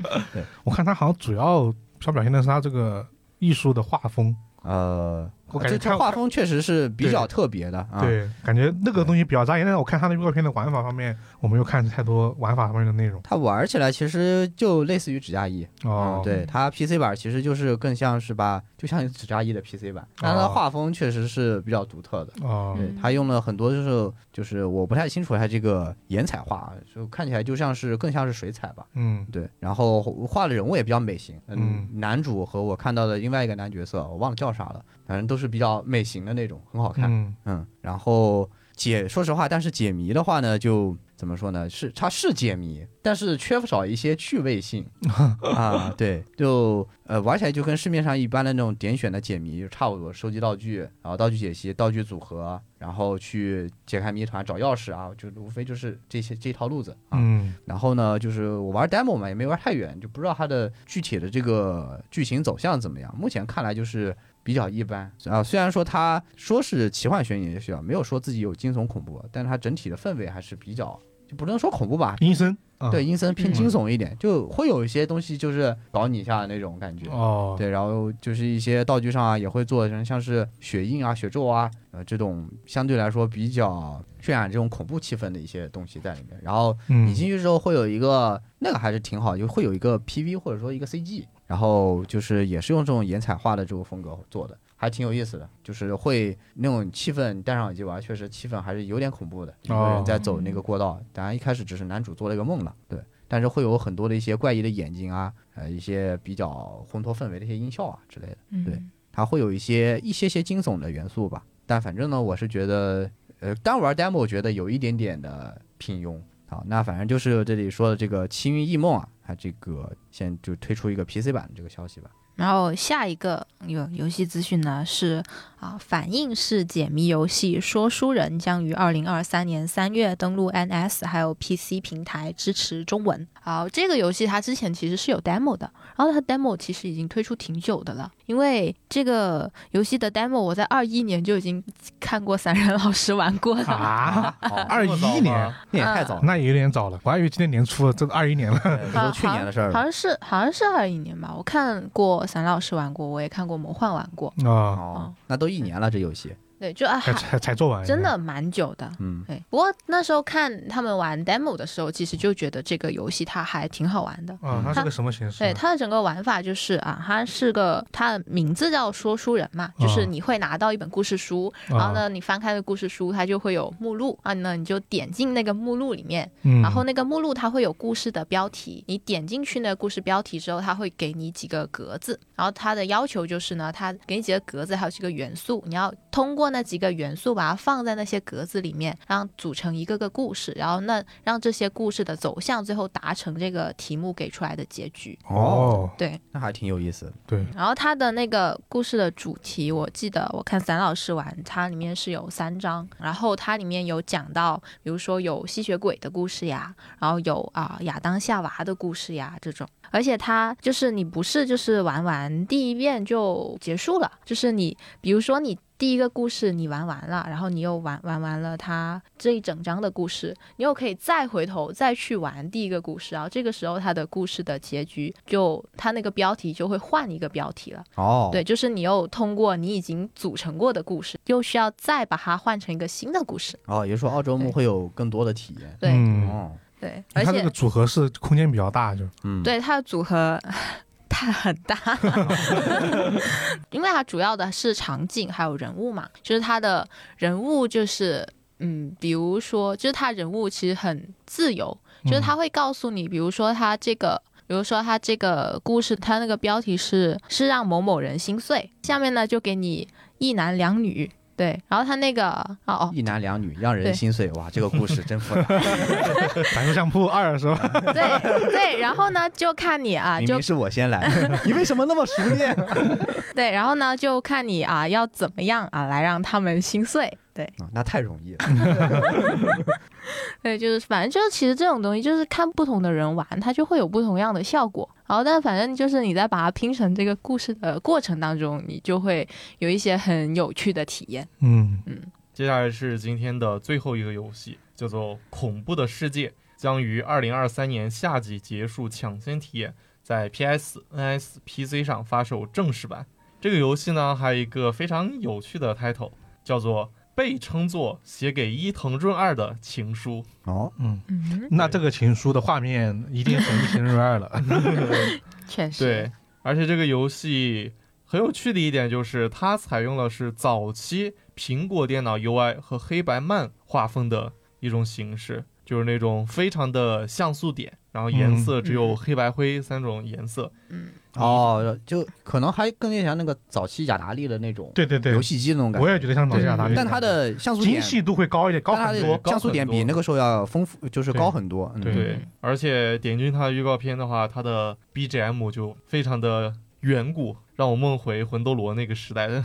我看他好像主要想表现的是他这个艺术的画风，
呃，
我感
这
觉
它
看
画风确实是比较特别的啊。，
对，感觉那个东西比较扎眼。但是我看他的预告片的玩法方面，我没有看太多玩法方面的内容。
它玩起来其实就类似于指甲衣。
哦
嗯，，对，它 PC 版其实就是更像是把，就像指甲衣的 PC 版，但是它
哦
画风确实是比较独特的。
哦，
对，它用了很多就是就是我不太清楚它这个颜彩画啊，就看起来就像是更像是水彩吧。
嗯，
对，然后画的人物也比较美型，嗯，
嗯
男主和我看到的另外一个男角色，我忘了叫啥了，反正都是比较美型的那种，很好看。
嗯，
嗯，然后解，说实话，但是解谜的话呢，就怎么说呢？是它是解谜，但是缺少一些趣味性啊。对，就呃玩起来就跟市面上一般的那种点选的解谜就差不多，收集道具，然后道具解析、道具组合，然后去解开谜团、找钥匙啊，就无非就是这些这一套路子啊。
嗯，
然后呢，就是我玩 demo 嘛，也没玩太远，就不知道它的具体的这个剧情走向怎么样。目前看来就是比较一般啊，虽然说它说是奇幻悬疑游戏啊，没有说自己有惊悚恐怖，但是它整体的氛围还是比较，就不能说恐怖吧。
阴森，啊
对，，阴森偏
嗯
惊悚一点，就会有一些东西就是搞你一下那种感觉。
哦，，
对，然后就是一些道具上啊，也会做成像是血印啊、血咒啊，呃，这种相对来说比较渲染这种恐怖气氛的一些东西在里面。然后
嗯
你，进去之后会有一个那个还是挺好，就会有一个 PV 或者说一个 CG，然后就是也是用这种岩彩画的这种风格做的，还挺有意思的，就是会那种气氛戴上耳机玩，确实气氛还是有点恐怖的。一个人在走那个过道，当然一开始只是男主做了一个梦了，对，但是会有很多的一些怪异的眼睛啊，呃，一些比较烘托氛围的一些音效啊之类的。
嗯
对它会有一些一些些惊悚的元素吧。但反正呢，我是觉得，呃，单玩 demo 我觉得有一点点的平庸。好，那反正就是这里说的这个《七云异梦》啊，它这个先就推出一个 PC 版的这个消息吧。
然后下一个游游戏资讯呢是啊，反应式解谜游戏《说书人》将于二零二三年三月登陆 NS 还有 PC 平台，支持中文。好，这个游戏它之前其实是有 demo 的，然后它 demo 其实已经推出挺久的了，因为这个游戏的 demo 我在二一年就已经看过散人老师玩 过了。
啊，
哦，
二
这么早
一
吗
年，
那也太早了，
那也有点早了，我还以为今年年初了，这都二一年了。
对这都去年的事儿
嗯好
了。
像是好像是二一年吧，我看过散人老师玩过，我也看过魔幻玩过，
啊，
哦，那都一年了，这游戏，
对，就啊
才才才做完，
真的蛮久的。
嗯，
对，不过那时候看他们玩 demo 的时候，其实就觉得这个游戏它还挺好玩的。
嗯
啊，它是个什么形式？
对它的整个玩法就是啊，它是个它的名字叫说书人嘛，就是
嗯
你会拿到一本故事书，
啊
然后，呢，你翻开的故事书它就会有目录啊，那你就点进那个目录里面，
嗯
然后那个目录它会有故事的标题，你点进去那个故事标题之后，它会给你几个格子，然后它的要求就是呢，它给你几个格子，还有几个元素，你要通过那几个元素把它放在那些格子里面，让组成一个个故事，然后那让这些故事的走向最后达成这个题目给出来的结局。
哦，
对，
那还挺有意思的。
对，
然后它的那个故事的主题，我记得我看散老师玩，它里面是有三章，然后它里面有讲到，比如说有吸血鬼的故事呀，然后有啊、亚当夏娃的故事呀这种。而且它就是你不是就是玩完第一遍就结束了，就是你比如说你第一个故事你玩完了，然后你又玩玩完了它这一整章的故事，你又可以再回头再去玩第一个故事，然后这个时候它的故事的结局就它那个标题就会换一个标题了。
哦，
对，就是你又通过你已经组成过的故事，又需要再把它换成一个新的故事。
哦，也就是说澳洲
对
木会有更多的体验。
对、
嗯，
哦，
对，而
它
且
这个组合是空间比较大，就
嗯，，
对它的组合 它很大，因为它主要的是场景还有人物嘛，就是它的人物就是嗯，比如说就是它人物其实很自由，
嗯
就是他会告诉你，比如说他这个。比如说，他这个故事，他那个标题是是让某某人心碎。下面呢，就给你一男两女，对。然后他那个 哦哦，
一男两女让人
对
心碎，哇，这个故事真复杂。
百合相扑二是吧？
对对。然后呢，就看你 啊，
明
就
明是我先来， 你为什么那么熟练？
对，然后呢，就看你啊要怎么样啊来让他们心碎。对
啊那太容 易了。
对，就是反正就是其实这种东西就是看不同的人玩，它就会有不同样的效果。然后但反正就是你在把它拼成这个故事的过程当中，你就会有一些很有趣的体验。
嗯，
接下来是今天的最后一个游戏，叫做《恐怖的世界》，将于二零二三年夏季结束抢先体验，在 PS、NS、PC 上发售正式版。这个游戏呢，还有一个非常有趣的 title，叫做被称作写给伊藤润二的情书。
哦，
嗯，
那这个情书的画面一定很一情人二了。
确实。
对，而且这个游戏很有趣的一点就是，它采用了是早期苹果电脑 UI 和黑白漫画风的一种形式，就是那种非常的像素点，然后颜色只有
嗯
黑白灰三种颜色。
嗯，
哦，就可能还更像那个早期雅达利的那种
对对对
游，戏机的那种感
我
觉，
也觉得像老
对
西亚达利，
但它的像素
精
点，
细度会高一点，高
但它
很
的
多。
高
像素
很
点比
多
那个时候要丰富，就是
对
高很多。嗯
对
对
嗯，
而且点进它的预告片的话，它的 BGM 就非常的远古，让我梦回魂斗罗那个时代的，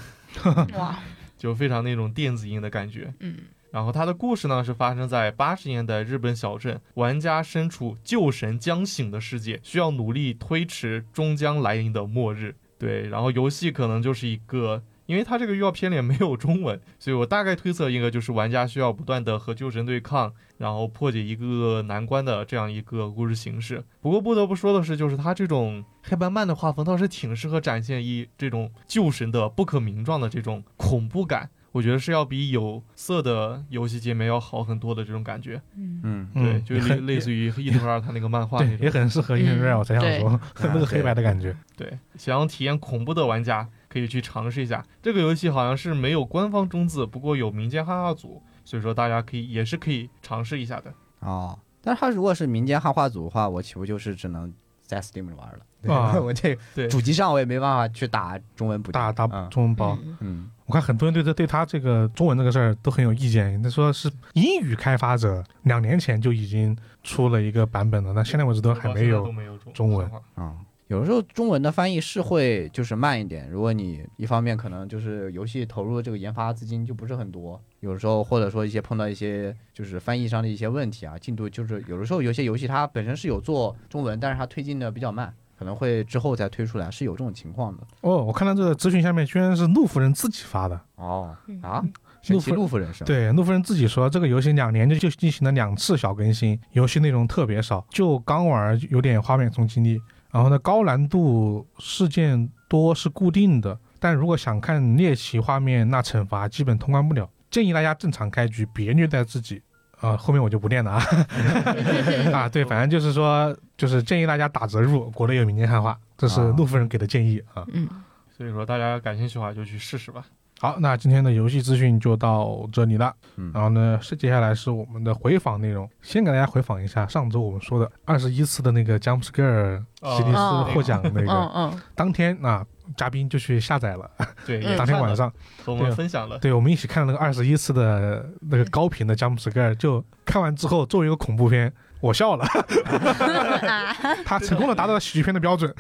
哇，
就非常那种电子音的感觉。
嗯
然后它的故事呢是发生在八十年代日本小镇，玩家身处旧神将醒的世界，需要努力推迟终将来临的末日。对，然后游戏可能就是一个，因为它这个预告片里也没有中文，所以我大概推测应该就是玩家需要不断的和旧神对抗，然后破解一个个难关的这样一个故事形式。不过不得不说的是，就是它这种黑白漫的画风倒是挺适合展现一这种旧神的不可名状的这种恐怖感。我觉得是要比有色的游戏界面要好很多的这种感觉，
嗯，
嗯，
对，
嗯
就
也
类
很
类似于一零二他那个漫画
对
那，
也
种。
很适合一情人二，我才 想 说那个黑白的感觉。
对，想要体验恐怖的玩家可以去尝试一下这个游戏，好像是没有官方中字，不过有民间汉化组，所以说大家可以也是可以尝试一下的。
哦，但是它如果是民间汉化组的话，我岂不就是只能在 Steam 上玩了？对
啊
我这
对
主机上我也没办法去打中文补丁
打打
啊
嗯
中文包。
嗯
嗯，
我看很多人对这对他这个中文这个事儿都很有意见，他说是英语开发者两年前就已经出了一个版本了，但现在为止都还没有。
没有
中文
啊、有的时候中文的翻译是会就是慢一点。如果你一方面可能就是游戏投入的这个研发资金就不是很多，有的时候或者说一些碰到一些就是翻译上的一些问题啊，进度就是有的时候有些游戏它本身是有做中文，但是它推进的比较慢，可能会之后再推出来，是有这种情况的。
哦，我看到这个资讯下面居然是陆夫人自己发的，
哦啊，神
陆
奇
夫
路夫人生，
对，陆夫人自己说，这个游戏两年就就进行了两次小更新，游戏内容特别少，就刚玩儿有点画面冲击力。然后呢，高难度事件多是固定的，但如果想看猎奇画面，那惩罚基本通关不了。建议大家正常开局，别虐待自己。啊、后面我就不念了啊。 啊，对，反正就是说，就是建议大家打折入，国内有民间汉化，这是
啊
陆夫人给的建议啊。
嗯，
所以说大家感兴趣的话就去试试吧。
好，那今天的游戏资讯就到这里了。
嗯
然后呢，是接下来是我们的回访内容，先给大家回访一下上周我们说的二十一次的那个 Jump Scare
哦
吉尼斯
哦
获奖那个，
嗯嗯，
当天啊，嘉宾就去下载了，
对，
嗯
也
当
看
天
了
晚上，
和我们分享了，
对我啊们一起看了那个二十一次的那个高频的 Jump Scare，就看完之后作为一个恐怖片。我笑 了，他成功的达到了喜剧片的标准。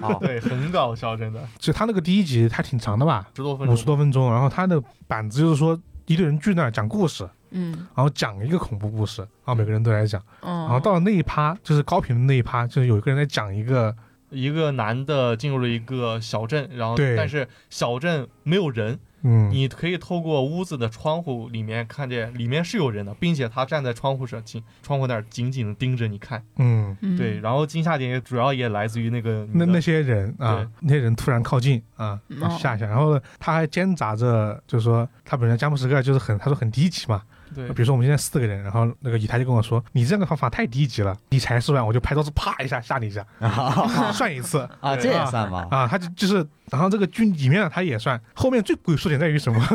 哦，
对，很搞笑，真的
就他那个第一集还挺长的吧，
十多分钟，
五十多分钟。然后他的板子就是说，一堆人聚那儿讲故事，
嗯，
然后讲一个恐怖故事，然后每个人都来讲。然后
哦，
到了那一趴，就是高频的那一趴，就是有一个人在讲一个，
一个男的进入了一个小镇，然后
对
但是小镇没有人，
嗯，
你可以透过屋子的窗户里面看见里面是有人的，并且他站在窗户上紧窗户那儿紧紧的盯着你看。
嗯，
嗯
对，，然后惊吓点也主要也来自于那个女
那那
的
些人啊
对，
那些人突然靠近啊，
嗯
把吓一下，然后呢，他还兼杂着，就是说他本身詹姆斯盖就是很，他说很低级嘛，
对
比如说我们现在四个人，然后那个以太就跟我说，你这个方法太低级了，你才四万，我就拍桌子啪一下吓你一下， 算一次
啊，这也算吗？
啊，他就就是，然后这个剧里面的他也算，后面最鬼畜点在于什么？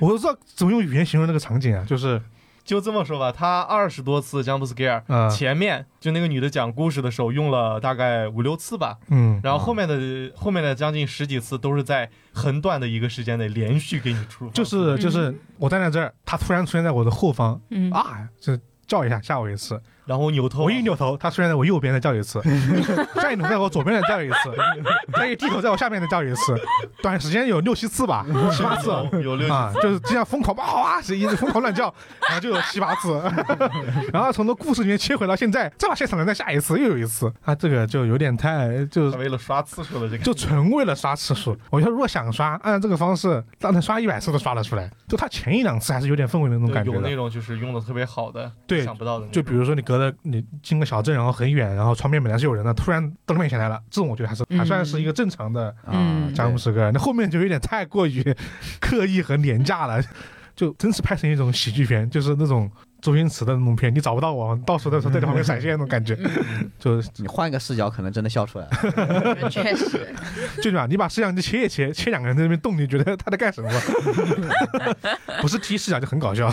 我都不知道怎么用语言形容那个场景啊，就是
就这么说吧，他二十多次 jump scare，、
啊，
前面就那个女的讲故事的时候用了大概五六次吧，
嗯，
然后后面的、后面的将近十几次都是在很短的一个时间内连续给你出，
就是就是我站在这儿，他突然出现在我的后方
嗯，
啊，就叫一下吓我一次，
然后扭头
我一扭头，他出现在我右边再叫一次，再一扭头在我左边再叫一次，再一低头在我下面再叫一次，短时间有六七次吧，七八 次。
有有六、
啊，就是这样疯狂哇哇，一直疯狂乱叫，然后就有七八次， 然后从那故事里面切回到现在，再把现场人再下一次，又有一次，啊，这个就有点太就
为了刷次数的这个，
就纯为了刷次数。我觉得如果想刷，按照这个方式，当能刷一百次都刷得出来。就他前一两次还是有点氛围的那种
对
感觉
有那
的。
种就是用的特别好的，
对
想不到的那种，
就比如说你隔着你经个小镇，然后很远，然后窗边本来是有人的，突然到面前来了，这种我觉得还是
嗯
还算是一个正常的
啊
嗯，
詹姆斯哥。那后面就有点太过于 刻意和廉价了，就真是拍成一种喜剧片，就是那种周星驰的那种片，你找不到我，到处在在旁边闪现那种感觉，
嗯
就
你换一个视角，可能真的笑 出来了。
确实，
就这样，你把摄像机切一切，切两个人在那边动，你觉得他在干 什么？不是踢视角就很搞笑。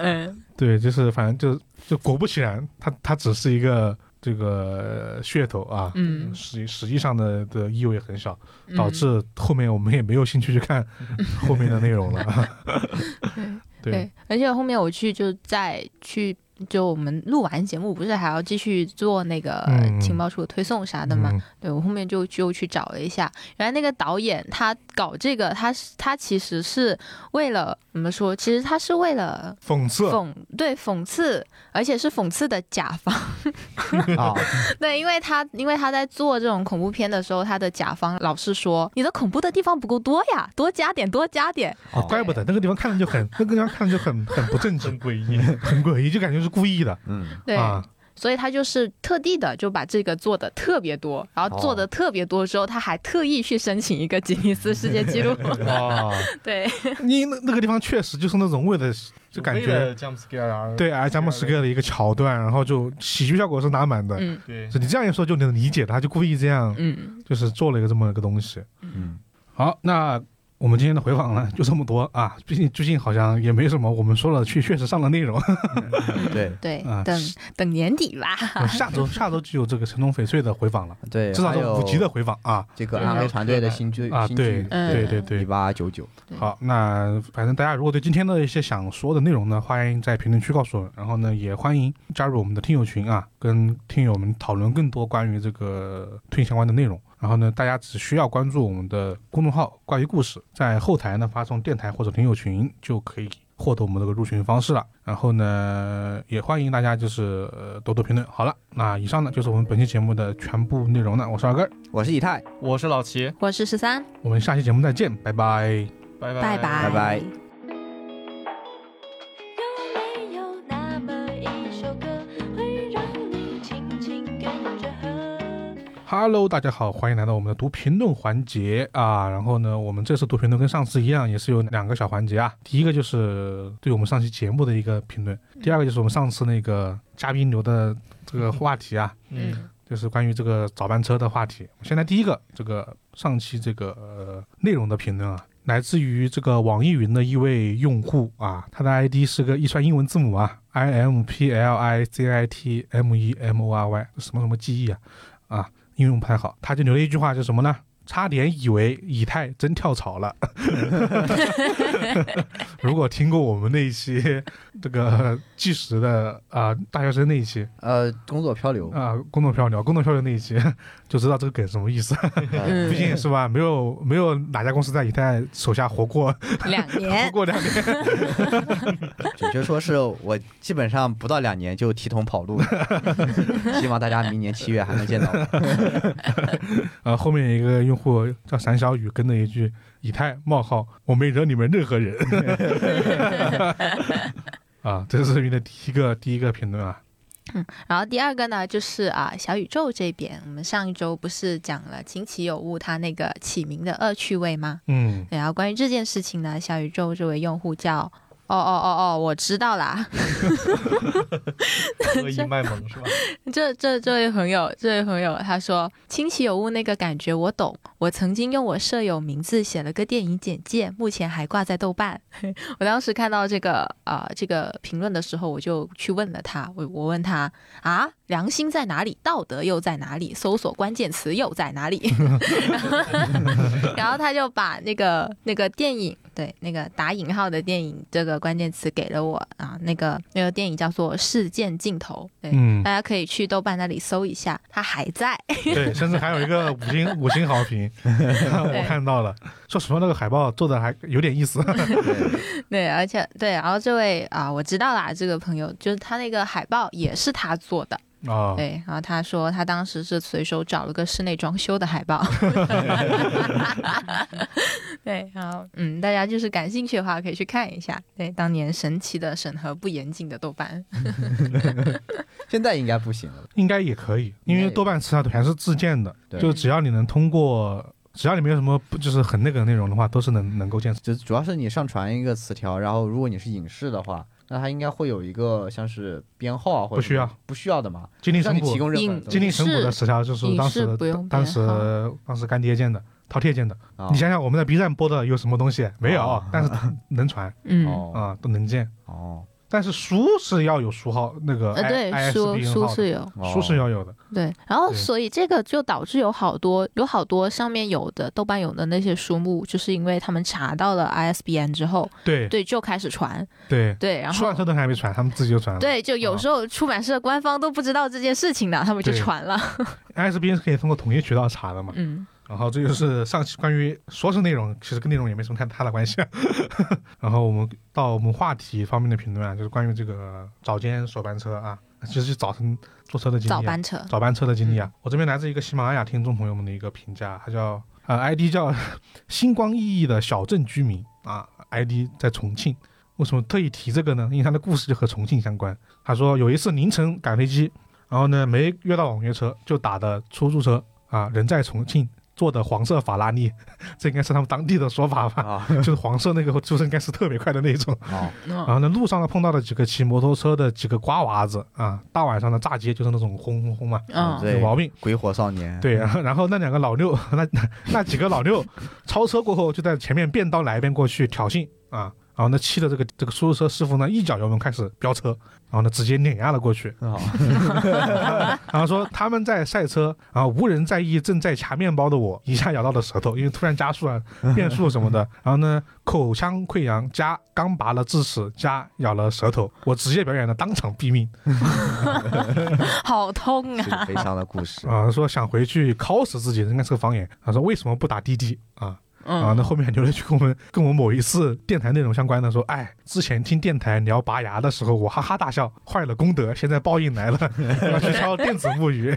嗯
对，就是反正就就果不其然，他他只是一个这个噱头啊，
嗯，
实实际上的的意味很小，
嗯
导致后面我们也没有兴趣去看后面的内容了。对
对，而且后面我去就再去，就我们录完节目不是还要继续做那个
嗯
情报处的推送啥的嘛？
嗯
对我后面就就去找了一下，原来那个导演他搞这个，他是他其实是为了怎么说？其实他是为了
讽刺，
讽对讽刺，而且是讽刺的甲方。
啊，
对，因为他因为他在做这种恐怖片的时候，他的甲方老是说你的恐怖的地方不够多呀，多加点，多加点。
哦怪不得那个地方看着就很，那个地方看着就 很很不正
真
经，
诡异，
很诡异，就感觉是故意的
嗯，
对，
啊。
所以他就是特地的就把这个做的特别多，然后做的特别多之后，他还特意去申请一个吉尼斯世界纪录。
啊，
对，
你那那个地方确实就是那种为了 就感觉
jump scare 而
对啊，詹姆斯克的一个桥段，然后就喜剧效果是拿满的。
嗯
对
是你这样一说就能理解了，他就故意这样，
嗯
就是做了一个这么一个东西。
嗯，
好，那我们今天的回访呢就这么多啊，毕竟最近好像也没什么我们说了去确实上的内 容。
对
对，
啊
等等年底吧。
下周下周就有这个城中翡翠的回访了，
对，
至少
还
有
有
五集的回访啊
这个暗黑团队的新剧
啊，
新
对
剧
嗯
对对
一
对。
八九九，
对
好，那反正大家如果对今天的一些想说的内容呢，欢迎在评论区告诉我们。然后呢，也欢迎加入我们的听友群啊，跟听友们讨论更多关于这个推理相关的内容。然后呢，大家只需要关注我们的公众号“怪异故事”，在后台呢发送电台或者听友群就可以获得我们这个入群方式了。然后呢，也欢迎大家就是、呃、多多评论。好了，那以上呢就是我们本期节目的全部内容了。我是二根儿，
我是以太，
我是老齐，
我是十三，
我们下期节目再见，拜拜。
拜拜
拜
拜拜
有没有那么一首歌，会让你轻轻跟着和？
Hello，大家好，欢迎来到我们的读评论环节啊。然后呢，我们这次读评论跟上次一样，也是有两个小环节啊。第一个就是对我们上期节目的一个评论，第二个就是我们上次那个嘉宾留的这个话题啊，
嗯，
就是关于这个早班车的话题。先来第一个，这个上期这个、呃、内容的评论啊，来自于这个网易云的一位用户啊，他的 ID 是个一串英文字母啊，I M P L I Z I T M E M O R Y 什么什么记忆啊啊，英文不太好，他就留了一句话，是什么呢？差点以为以太真跳槽了。 如果听过我们那一期这个计时的啊、大学生那一期，
呃，工作漂流，
啊、工作漂流，工作漂流那一期 就知道这个梗什么意思，
呃
嗯
毕竟是吧，没有没有哪家公司在以太手下活过
两
活
年，
过两年。
准确说是我基本上不到两年就提桶跑路了， 希望大家明年七月还能见到我。
呃，后面一个用户叫闪小雨跟了一句：“以太冒号，我没惹你们任何人。” 啊，这是你的第一个第一个评论啊，
然后第二个呢，就是啊，小宇宙这边，我们上一周不是讲了《琴棋有物》它那个起名的恶趣味吗？
嗯，
对然后关于这件事情呢，小宇宙这位用户叫哦哦哦哦，我知道啦。
恶意卖萌是吧？
这这这位朋友，这位朋友他说“亲戚有误”那个感觉我懂，我曾经用我舍友名字写了个电影简介，目前还挂在豆瓣。 我当时看到这个啊、呃这个评论的时候，我就去问了他，我我问他啊，良心在哪里？道德又在哪里？搜索关键词又在哪里？ 然后他就把那个那个电影，对那个打引号的电影这个关键词给了我啊，那个那个电影叫做《事件尽头》，对，
嗯
大家可以去豆瓣那里搜一下，它还在。
对，甚至还有一个五星五星好评，我看到了。说实话，那个海报做的还有点意思。
对
对，而且对，然后这位啊，我知道啦，这个朋友就是他那个海报也是他做的，
啊，
对，然后他说他当时是随手找了个室内装修的海报。 对，然后嗯，大家就是感兴趣的话可以去看一下，对，当年神奇的审核不严谨的豆瓣，
现在应该不行了，
应该也可以，因
应该
为
也
豆瓣词条全是自建的，
对
就只要你能通过，只要你没有什么不就是很那个的内容的话，都是能能够建。
就主要是你上传一个词条，然后如果你是影视的话，那它应该会有一个像是编号啊，或者
不需要
不需要的嘛，
金立
让
成
你提
普，
供任何
硬
的东西
金立成普的词条就是当
影视不
时
用
当时
编
当时干爹建的。饕餮建的，
啊
你想想我们在 B 站播的有什么东西？没有
哦，
但是能传
嗯，
哦
啊，都能建。
哦
但是书是要有书号，那个
呃，
I
对，书
ISBN
书
号的，
是有。
哦
书是要有的。
对，然后
对
所以这个就导致有好多有好多上面有的豆瓣有的那些书目，就是因为他们查到了 ISBN 之后，
对
对，就开始传，
对，
对，然
出版
后
社都还没传，他们自己就传了。
对，就有时候出版社官方都不知道这件事情的，他们就
对
传了，
，ISBN 是可以通过统一渠道查的嘛？
嗯，
然后这就是上期关于说是内容，其实跟内容也没什么太大的关系。啊 然后我们到我们话题方面的评论啊，就是关于这个早间首班车啊，其实早晨坐车的经历啊、
早班车，
早班车的经历啊。我这边来自一个喜马拉雅听众朋友们的一个评价，他叫呃 ID 叫星光熠熠的小镇居民啊，ID 在重庆。为什么特意提这个呢？因为他的故事就和重庆相关。他说有一次凌晨赶飞机，然后呢没约到网约车，就打的出租车啊，人在重庆，做的黄色法拉利， 这应该是他们当地的说法吧？
啊
就是黄色那个就是应该是特别快的那种。
哦，
然后呢，路上呢碰到了几个骑摩托车的几个瓜娃子啊，大晚上的炸街就是那种轰轰轰嘛，
嗯
对
有毛病。
鬼火少年，
对，然后然后那两个老六，那那那几个老六超车过后，就在前面变道哪一边过去挑衅啊，然后呢，气的这个这个出租车师傅呢，一脚油门开始飙车，然后呢，直接碾压了过去，
很好，
然后说他们在赛车，然后无人在意正在夹面包的我，一下咬到了舌头，因为突然加速啊、变速什么的，然后呢，口腔溃疡加刚拔了智齿加咬了舌头，我职业表演的当场毙命
好痛
这个
啊！
悲伤的故事，
啊、说想回去拷死自己，应该是个方言，他说为什么不打滴滴啊？啊，那
嗯，
后面留了一句跟我们跟我某一次电台内容相关的，说，哎，之前听电台聊拔牙的时候，我哈哈大笑，坏了功德，现在报应 来了，要去敲电子木鱼。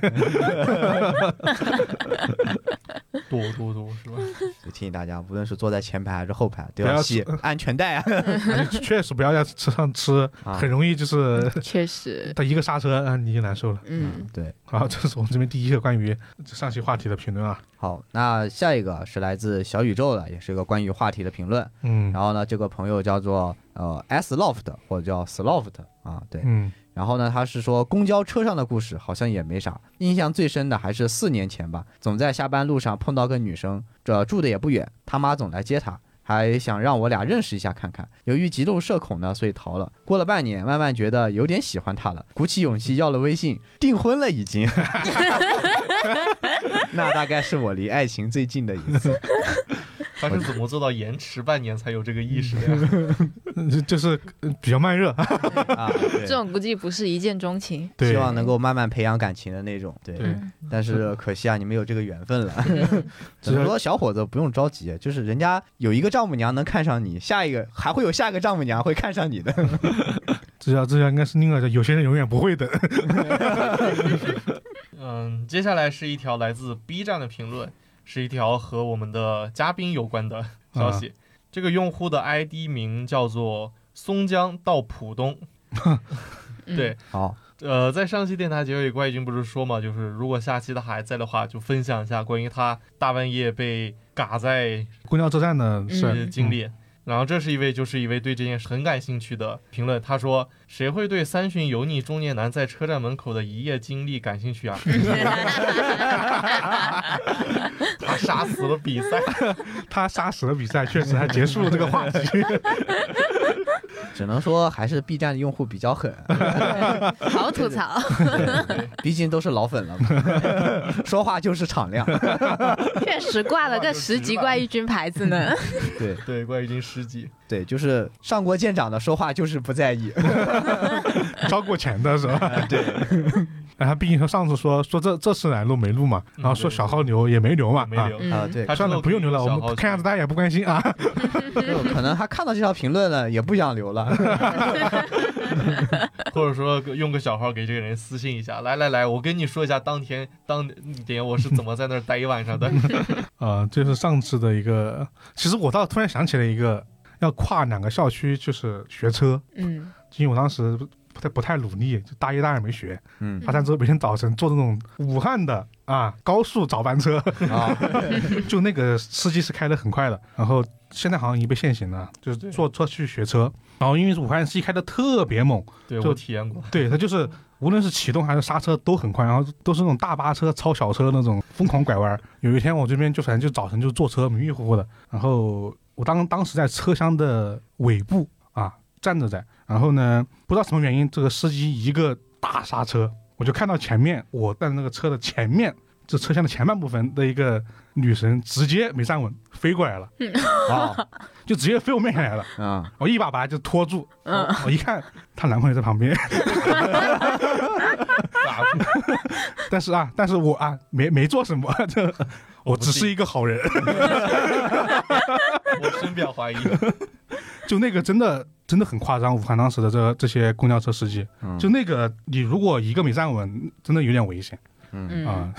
多多多是吧？
所以提醒大家，无论是坐在前排还是后排，都
不
要
要
系安全带啊。
确实不要在车上吃，
啊
很容易就是
确实，
他一个刹车，啊，你就难受了。
嗯，
对，
好，这是我们这边第一个关于上期话题的评论啊。
好，那下一个是来自小宇宙的，也是一个关于话题的评论。
嗯
然后呢，这个朋友叫做呃 S Loft 或者叫 Sloft 啊，对。
嗯
然后呢，他是说公交车上的故事好像也没啥，印象最深的还是四年前吧，总在下班路上碰到个女生，这住的也不远，他妈总来接她，还想让我俩认识一下看看。由于极度社恐呢，所以逃了。过了半年，慢慢觉得有点喜欢她了，鼓起勇气要了微信，订婚了 已经。那大概是我离爱情最近的一次。
他是怎么做到延迟半年才有这个意识的呀？
嗯，就就是呃比较慢热。
啊，对
这种估计不是一见钟情。 嗯
对
希，望能够慢慢培养感情的那种。对，
对
但是可惜啊，你们有这个缘分 了。只
只是
能说小伙子不用着急，就是人家有一个丈母娘能看上你，下一个还会有下一个丈母娘会看上你的。
这要这要应该是另外一个，有些人永远不会 等。
嗯，接下来是一条来自 B 站的评论，是一条和我们的嘉宾有关的消
啊
息。这个用户的 ID 名叫做松江到浦东。
嗯
对，
好，
呃，在上期电台结尾，怪军不是说嘛，就是如果下期他还在的话，就分享一下关于他大半夜被嘎在
公交车站的
的
是
经，
嗯
历。然后这是一位就是一位对这件事很感兴趣的评论，他说：“谁会对三旬油腻中年男在车站门口的一夜经历感兴趣啊？” 他杀死了比赛。
嗯他杀死了比赛，确实还结束了这个话 题。
只能说还是 B 站的用户比较 狠，
好吐槽。
毕竟都是老粉了嘛， 说话就是敞亮。
确实挂了个十级怪异军牌子呢。
对
对，怪已经十级。
对，就是上过舰长的说话就是不在 意。
交过钱的是吧？
啊
对。然哎后毕竟说上次说说这这次来录没录嘛，然
嗯
后说小号留也没留嘛，
没
啊
留。
啊，
嗯，
对，
他
算了，不用留了，
小号
我们看样子大家也不关心 啊。
就可能他看到这条评论了，也不想留了。
或者说用个小号给这个人私信一下，来来来，我跟你说一下当天当点我是怎么在那儿待一晚上的。
呃，就是上次的一个，其实我倒突然想起了一个，要跨两个校区就是学车，
嗯，
因为我当时不太不太努力，就大一大二没学，
嗯
大三之后每天早晨坐那种武汉的啊高速早班车，
啊，
就那个司机是开的很快的，然后现在好像已经被限行了，就是坐车去学车，然后因为武汉司机开的特别猛。
对
就
我体验过，
对，它就是无论是启动还是刹车都很快，然后都是那种大巴车超小车那种疯狂拐弯儿。有一天我这边就反正就早晨就坐车迷迷糊糊的，然后我当当时在车厢的尾部啊站着在，然后呢不知道什么原因，这个司机一个大刹车，我就看到前面我站的那个车的前面。这车厢的前半部分的一个女神直接没站稳，飞过来了，
啊，
就直接飞我面前来了。
嗯，
我一把把她就拖住，我我一看她男朋友在旁边，
啊
但是啊，但是我啊，没没做什么， 这 我只是一个好人。
我深表怀疑。
就那个真的真的很夸张，武汉当时的这这些公交车司机，
嗯
就那个你如果一个没站稳，真的有点危险啊
嗯，、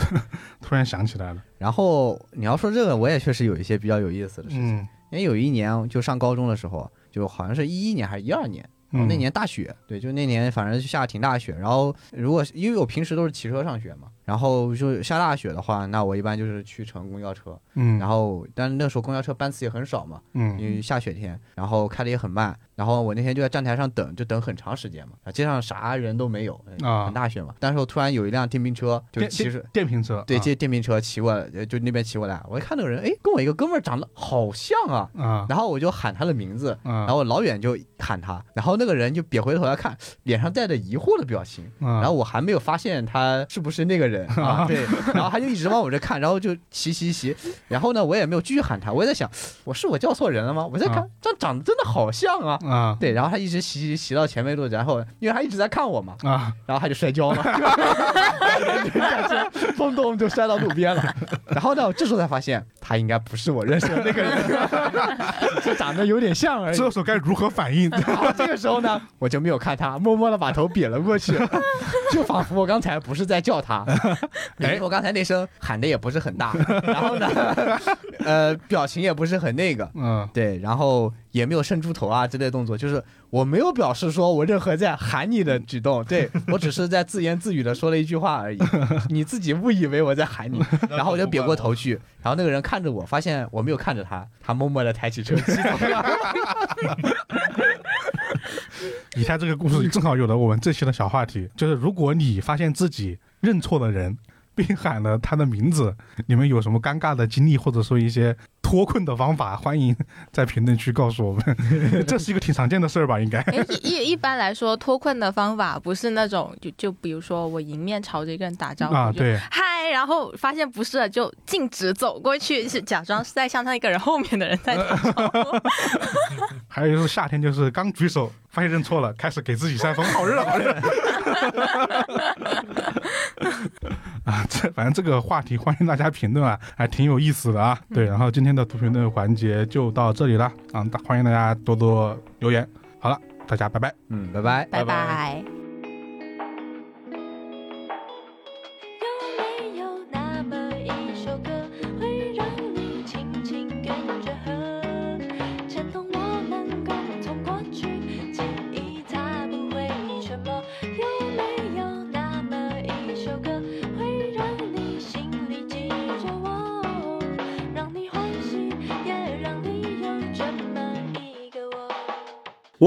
突然想起来了，
然后你要说这个，我也确实有一些比较有意思的事情。
嗯
因为有一年就上高中的时候，就好像是一一年还是一二年，然后
嗯
那年大雪，对，就那年反正就下挺大雪。然后如果因为我平时都是骑车上学嘛，然后就下大雪的话，那我一般就是去乘公交车，
嗯，
然
后
后但是那时候公交车班次也很少嘛，因
嗯
为下雪天，然后开的也很慢，然后我那天就在站台上等，就等很长时间嘛，啊街上啥人都没有，
啊
很大雪嘛。但是我突然有一辆电瓶车，就
电
骑着
电电瓶车
对
啊
这电瓶车骑过来，呃就那边骑过来，我一看那个人，哎，跟我一个哥们儿长得好像啊，
啊
然后我就喊他的名字，
啊，
然后我老远就喊他，然后那个人就别回头来看，脸上带着疑惑的表情。
然
然后我还没有发现他是不是那个 人啊，对，然后他就一直往我这看，然后就骑骑骑，然后呢，我也没有继续喊他，我也在想，我是我叫错人了吗？我在
啊
看，这长得真的好像啊，
啊
对，然后他一直骑骑骑到前面路，然后因为他一直在看我嘛，
啊
然后他就摔跤了，砰咚就摔到路边了。然后呢，我这时候才发现他应该不是我认识的那个人，就长得有点像而已。
这时候该如何反应？
然后这个时候呢，我就没有看他，默默的把头瘪了过去，就仿佛我刚才不是在叫他，因为我刚才那声喊的也不是很大，然后呢，呃，表情也不是很那个，
嗯
对，然后也没有伸出头啊之类的动作，就是我没有表示说我任何在喊你的举动，对我只是在自言自语的说了一句话而已，你自己误以为我在喊你，然后我就别过头去，然后那个人看着我，发现我没有看着他，他默默的抬起车骑走了。
以下这个故事正好有了我们这期的小话题，就是如果你发现自己认错了人，并喊了他的名字，你们有什么尴尬的经历，或者说一些脱困的方法，欢迎在评论区告诉我们。这是一个挺常见的事儿吧？应该
哎，一一一般来说，脱困的方法不是那种就就比如说我迎面朝着一个人打招呼，
啊，
就
对，
嗨，然后发现不是，就径直走过去，是假装是在向那个人后面的人在 打招呼。
还有就是夏天，就是刚举手发现认错了，开始给自己扇风，好热好热。 啊，这反正这个话题欢迎大家评论啊，还挺有意思的啊。对，然后今天的读评论环节就到这里了啊，大欢迎大家多多留言。好了，大家拜拜。
嗯，拜拜。
拜拜
拜
有没有那么一首歌，会让你轻轻跟着哼，牵动我们共同过去记忆，它不会沉默。有没有那么一首歌，会让你心里记着我，让你欢喜，也让你有这么一个我。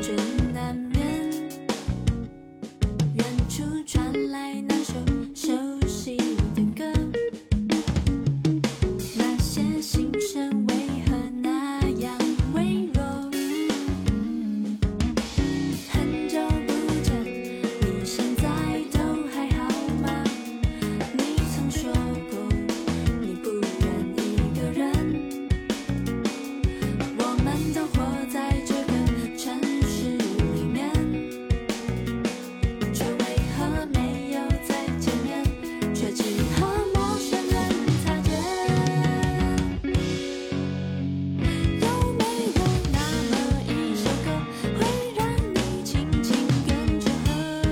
枕难眠？远处传来那首熟悉的歌，那些心声为何那样微弱？很久不见，你现在都还好吗？你曾说过，你不愿一个人。我们都活在这个城市里面，却为何没有再见面，却只和陌生人擦肩？有没有那么一首歌，会让你轻轻跟着哼，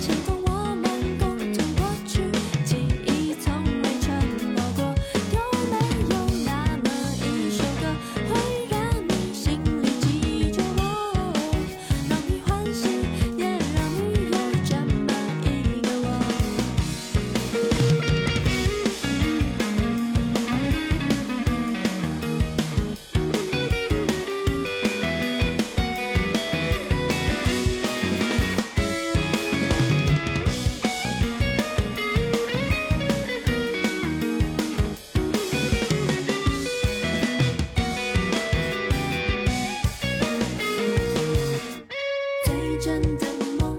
牵动我们共同过去，记忆从未沉默过？有没有那么一首歌，会让你心里记着我，让你欢喜，也让你有这么一个我？最真的梦，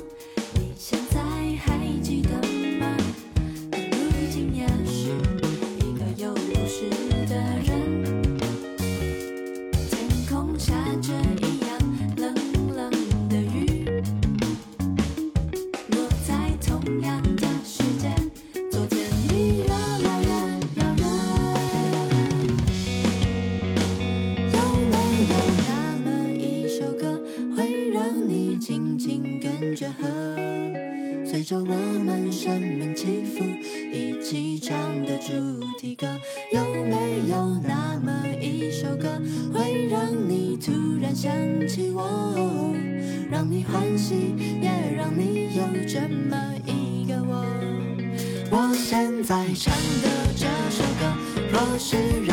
你现在还记得吗？你如今也是一个有故事的人。天空下着一样冷冷的雨，落在同样的时间，昨天已遥遥远遥远。有没有那么一首歌，会让你紧紧跟着和，随随着我们生命起伏一起唱的主题歌，有没有那么一首歌会让你突然想起我，让你欢喜，也让你有这么一个我？我现在唱的这首歌，若是